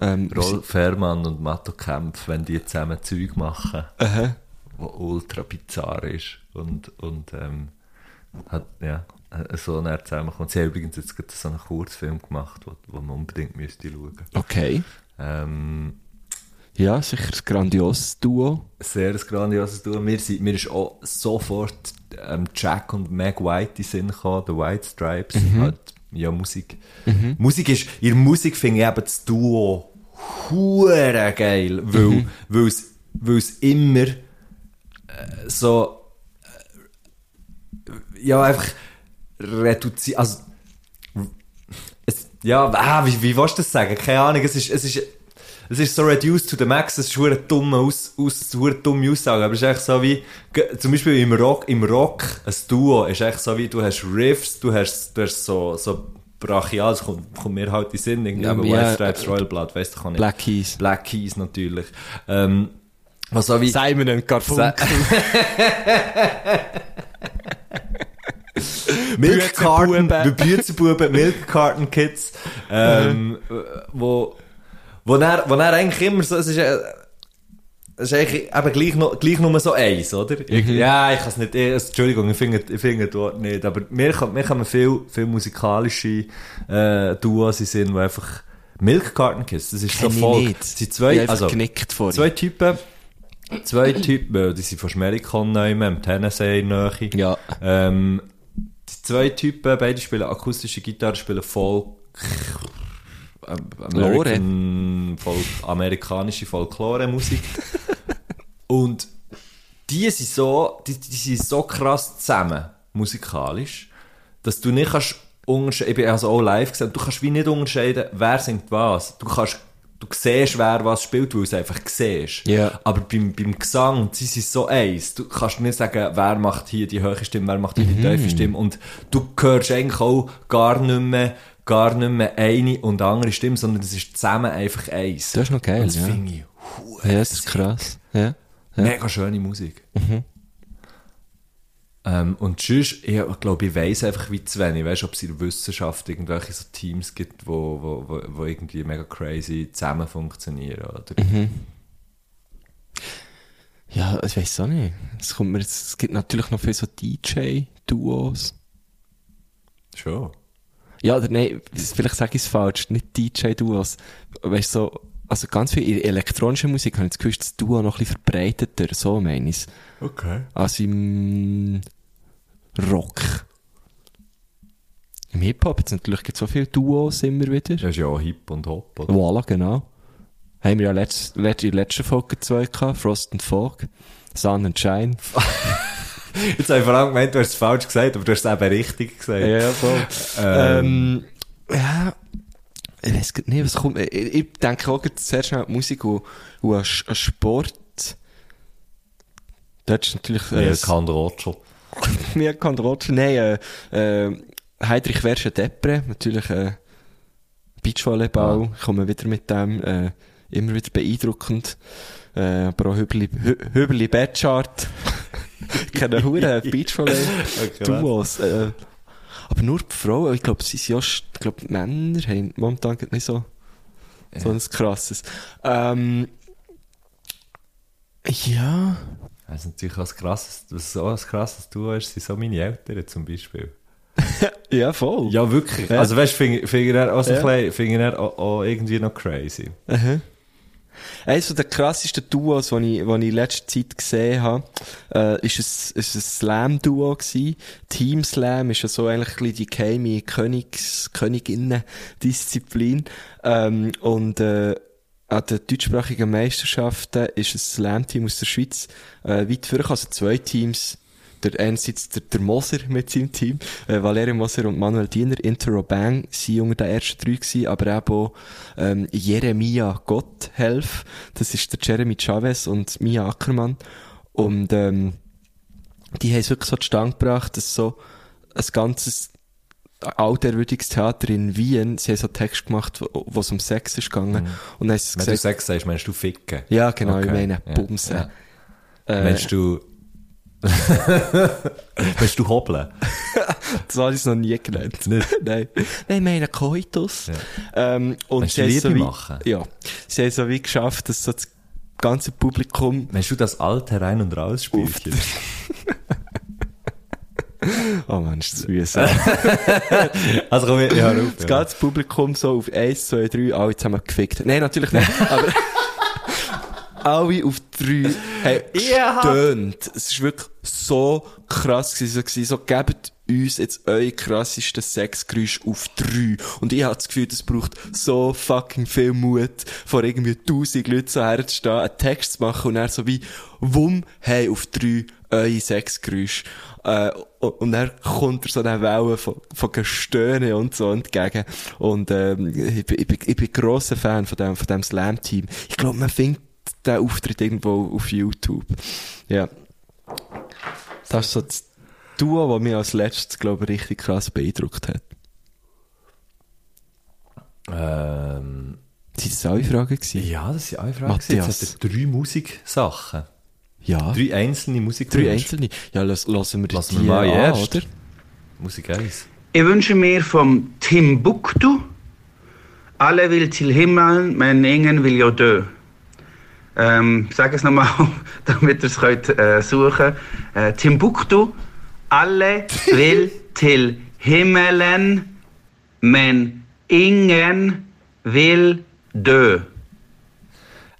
Ähm,
Rolf Fährmann und Matto Kempf, wenn die zusammen Zeug machen,
Aha.
wo ultra bizarr ist und, und ähm, hat, ja, äh, so näher zusammenkommt. Sie haben übrigens jetzt gerade so einen Kurzfilm gemacht, wo, wo man unbedingt müsste schauen.
Okay.
Ähm,
Ja, sicher ein grandioses Duo.
sehr ein grandioses Duo. Mir, sind, mir ist auch sofort ähm, Jack und Meg White in den Sinn gekommen, The White Stripes. Halt, ja, Musik. Musik ist, in der Musik finde ich eben das Duo hure geil, weil weil es- weil es immer äh, so äh, ja einfach reduziert, also es, ja, ah, wie, wie willst du das sagen? Keine Ahnung, es ist, es ist, es ist so reduced to the max, es ist eine dumme, aus, aus, eine dumme Aussage, aber es ist echt so wie, ge- zum Beispiel im Rock, im Rock, ein Duo ist echt so wie, du hast Riffs, du hast, du hast so, so brachial, das kommt, kommt mir halt in den Sinn. Irgendwie,
Ja,
aber
ja, äh,
White Stripes, Royal Blood, weißt du, kann ich.
Black Keys.
Black Keys natürlich. Ähm, was so wie.
Simon und Garfunkel.
Milk Carton,
Büzenbuben.
die Büzenbuben, Milk Carton Kids, ähm, wo, wo dann, wo dann eigentlich immer so, es ist, äh, es ist eigentlich eben gleich, noch, gleich nur so eins, oder?
Mhm.
Ich, ja, ich kann es nicht, ich, Entschuldigung, ich finde, ich finde dort nicht, aber mir kommen, mir kommen viel, viel musikalische, äh, Duos in den Sinn, die einfach Milk Carton Kids, das ist so
Kenn ich
voll,
nicht.
es sind
Ich
zwei,
hab
also,
genickt vorhin.
zwei Typen, zwei Typen, äh, die sind von Schmerikon nehmen, im Tennessee nahe.
Ja.
Ähm, die zwei Typen, beide spielen akustische Gitarre, spielen Folk. ähm, American, Folk amerikanische *laughs* Folklore-Musik. Und die sind so, die, die sind so krass zusammen, musikalisch, dass du nicht kannst unterscheiden, ich bin also auch live gesehen, du kannst wie nicht unterscheiden, wer singt was. Du kannst, du siehst, wer was spielt, weil du es einfach siehst.
Ja.
Aber beim, beim Gesang, sie sind so eins, du kannst nicht sagen, wer macht hier die hohe Stimme, wer macht hier
Mhm.
die tiefe Stimme und du hörst eigentlich auch gar nicht mehr, gar nicht mehr eine und andere Stimme, sondern es ist zusammen einfach eins.
Das ist noch geil,
Und das
ja.
finde ich
Ja, das ist krass. Ja.
Mega schöne Musik. Ähm, und sonst, ich glaube, ich weiss einfach wie zu wenig. Weißt du, ob es in der Wissenschaft irgendwelche so Teams gibt, wo, wo, wo, wo irgendwie mega crazy zusammen funktionieren, oder?
Ja, ich weiß auch nicht. Es, kommt mir jetzt, es gibt natürlich noch viele so DJ-Duos.
Schon.
Ja, oder nein, vielleicht sage ich es falsch, nicht DJ-Duos. Weißt du, so, also ganz viel in elektronischer Musik habe ich das Gefühl, ist das Duo noch ein bisschen verbreiteter, so meine ich es.
Okay.
Als im Rock. Im Hip-Hop jetzt natürlich gibt es so viele Duos immer wieder.
Das ist also ja auch Hip und Hop, oder?
Voilà, genau. Haben wir ja letzt, let, in der letzten Folge zwei gehabt, Frost and Fog, Sun and Shine.
Jetzt habe ich vor allem gemeint, du hast es falsch gesagt, aber du hast es eben richtig gesagt.
*laughs* voll. ähm, ja, ich weiß nicht, was kommt. Ich, ich denke auch grad sehr schnell an die Musik und, und an, Sch- an Sport. Dort ist natürlich...
Ja,
Äh,
das
*laughs*
kann der Rotschopp.
mir kann rot. Nein, äh, äh, Heidrich Wersche Depre, natürlich äh, Beachvolleyball, ich komme wieder mit dem, äh, immer wieder beeindruckend. Äh, aber auch Hübeli, Hü Hübeli *laughs* Badchart. Keine Hure, Beachvolley-Duos. Äh, aber nur die Frauen, ich glaube, sie sind ja, st- ich glaube, die Männer haben momentan grad nicht so, so ein krasses. Ähm, ja.
Das ist natürlich auch ein krasses, was so ein krasses Duo ist, sind so meine Eltern zum Beispiel.
Ja, voll.
Ja, wirklich. Also, weißt du, finde find ich dann auch so
Ja.
also ein bisschen, finde ich dann auch, auch irgendwie noch crazy.
Eines der krassesten Duos, die ich, die ich in letzter Zeit gesehen habe, äh, ist ein, ist ein Slam-Duo gewesen. Team Slam ist ja so eigentlich ein bisschen die geheime Königs, Königinnen-Disziplin. Ähm, und, äh, an den deutschsprachigen Meisterschaften ist ein Slam-Team aus der Schweiz, äh, weit vorne, also zwei Teams, der einerseits der, der Moser mit seinem Team, äh, Valerio Moser und Manuel Diener, Intero Bang, sie unter den ersten drei gewesen, aber eben auch, ähm, Jeremia Gotthelf, das ist der Jeremy Chavez und Mia Ackermann. Und, ähm, die haben es wirklich so zustande gebracht, dass so ein ganzes altehrwürdiges Theater in Wien, sie haben so einen Text gemacht, wo wo es um Sex ist gegangen, und dann haben sie
Wenn du
gesagt,
Sex sagst, meinst du ficken?
ja genau, ich
Mhm. Okay,
meine,
ja,
Bumsen.
ja.
Äh,
Meinst du. *laughs* Willst du hobeln?
Das habe ich noch nie gelernt.
Nicht?
*laughs* Nein. Nein, meine Koitus. Ähm, und
Meinst du,
sie haben
Liebe
so wie,
machen?
Ja. Sie haben so wie geschafft, dass so das ganze Publikum
Meinst du das alte Rein- und Raus-Spielchen?
Oh Mann, ist
*laughs*
das mühsam.
Also komm, ich, ich hör auf.
Das ganze Publikum so auf 1, 2, 3, alle zusammen gefickt. Nein, natürlich nicht.
*laughs*
aber alle auf 3 haben
Ja.
gestöhnt. Es ist wirklich so krass gewesen. So, gewesen, so gebt uns jetzt eure krassesten Sexgeräusche auf 3. Und ich habe das Gefühl, das braucht so fucking viel Mut, vor irgendwie 1000 Leuten so herzustehen, einen Text zu machen und dann so wie, wumm, hey, auf 3 eure Sexgeräusche. Äh, und, und dann kommt er so eine Welle von, von Gestöhne und so entgegen. Und ähm, ich, bin- ich, bin- ich bin grosser Fan von dem, von dem Slam-Team. Ich glaube, man findet den Auftritt irgendwo auf YouTube. Ja. Das ist so das Duo, das mich als letztes, glaube ich, richtig krass beeindruckt hat.
Ähm,
Sind das alle Fragen gewesen?
ja, das sind alle Fragen.
Matthias.
Jetzt hat er drei Musiksachen.
Ja.
Drei einzelne Musiksachen.
Drei einzelne. Ja, lass, lassen wir
Lassen
die
wir mal
an,
erst.
oder?
Musik 1.
Ich wünsche mir vom Timbuktu, alle will til Himmel, mein Ingen will ja dö. Ähm, sag es nochmal, *laughs* damit ihr es könnt äh, suchen. Äh, Timbuktu, alle *laughs* will til Himmelen, mein Ingen will dö.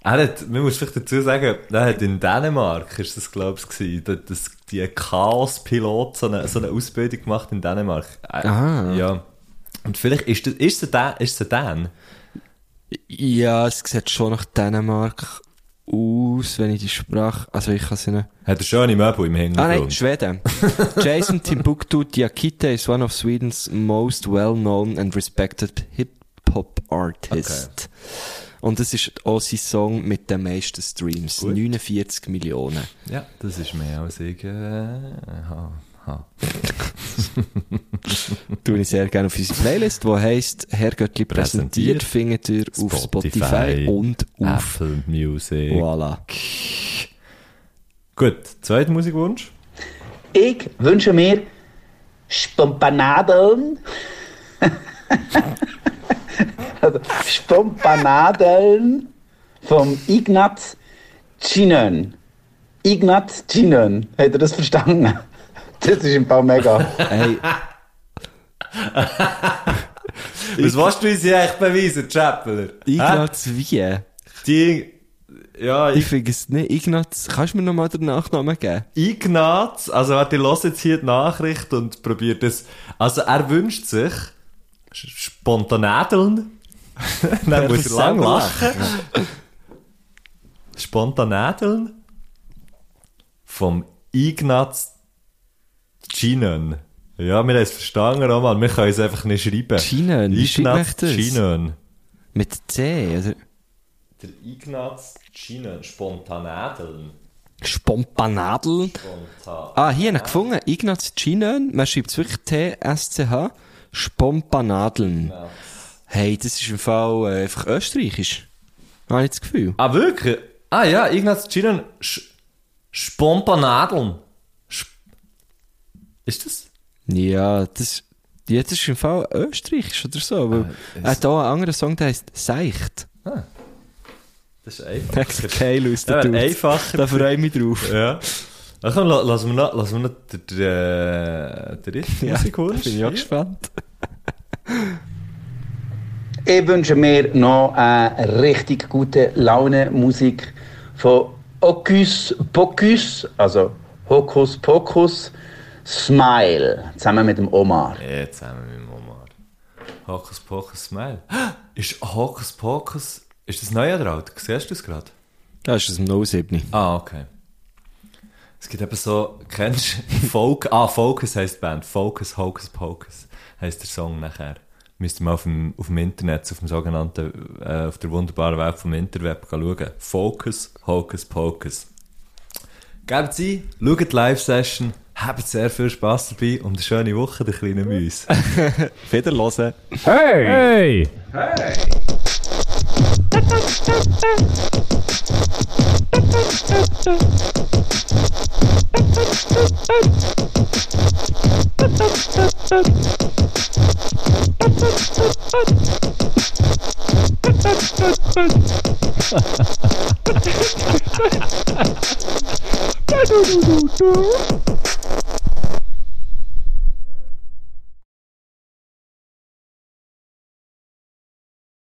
Er hat, man muss vielleicht dazu sagen, er hat in Dänemark, ist das glaube ich, gewesen, da- das, die Chaos-Pilot so eine, so eine Ausbildung gemacht in Dänemark. Äh,
Ah.
Ja. Und vielleicht ist das, ist es ein Dän? Ist es ein Dän?
Ja, es sieht schon nach Dänemark aus, wenn ich die Sprache... Also ich kann sie nicht...
Hat er schöne Möbel im
Ah
Hintergrund.
nein, *laughs* Schweden. Jason Timbuktu Diakite is one of Sweden's most well-known and respected hip-hop artists. Und es ist auch sein Song mit den meisten Streams.
Gut.
49 Millionen.
Ja, das ist mehr als ich. Äh, ha, ha.
*laughs* Tue ich sehr gerne auf unsere Playlist, die heisst Herrgöttli präsentiert,
Präsentiert.
findet ihr auf Spotify, und auf
Apple Music.
Voila.
Gut, zweiter Musikwunsch.
Ich wünsche mir Spompanadeln. *laughs* also Spompanadeln vom Ignaz Cinnen. Ignaz Cinnen. Habt ihr das verstanden? Das ist ein paar mega.
*laughs* Hey,
Was willst du uns hier echt beweisen, Chappeler?
Ignaz wie?
Die, ja,
Ich finde es nicht. Ignaz, kannst du mir nochmal den Nachnamen geben?
Ignaz, also warte, ich höre jetzt hier die Nachricht und probiert es. Also er wünscht sich sch- *laughs* Spontanedeln. Dann muss er lang
selber
lachen. Spontanedeln vom Ignaz Cinen. Ja, wir haben es verstanden, Roman. Wir können es einfach nicht schreiben.
Cinen, wie schreibt
Ignaz
man das?
Cinen.
Mit C, oder?
Der Ignaz Cinen. Spontanedeln.
Spompanadel.
Spontan.
Ah, hier einen gefunden. Ignaz Cinon. Man schreibt es wirklich T-S-C-H. Spompanadeln. Hey, das ist im Fall äh, einfach österreichisch. Habe ich das Gefühl.
Ah, wirklich? Ah ja, Ignaz Chillen. Sch Spompanadeln. Sch ist das?
Ja, das, ja, das ist im Fall österreichisch oder so.
Ah,
Weil er hat auch einen anderen Song, der heisst Seicht.
Das ist
Der
einfach. *laughs*
sieht geil aus, der
Ja,
Dude.
einfacher.
Da freue ich mich drauf.
ja. Ach komm, la- lassen wir noch, lassen wir noch den, den,
*laughs*
den dritten Musikwunsch.
bin ich auch gespannt.
Ich wünsche mir noch eine richtig gute Laune-Musik von Hocus Pocus, also Hocus Pocus, Smile, zusammen mit dem Omar.
Jetzt haben wir mit Omar. Hokus Pokus Smile. Ah, Ist Hokus Pokus... Ist das neu oder alt? Siehst du es gerade?
Das ist aus dem No 7.
Ah, okay. Es gibt eben so, kennst du Folk? Ah, Focus heisst die Band. Focus, Hocus Pocus heisst der Song nachher. Müsst ihr mal auf dem, auf dem Internet, auf dem sogenannten, äh, auf der wunderbaren Welt vom Interweb gehen schauen. Focus, Hocus Pocus. Gebt sie, schaut die Live-Session, habt sehr viel Spass dabei und eine schöne Woche, der kleine Müs.
Federlosen.
Hey!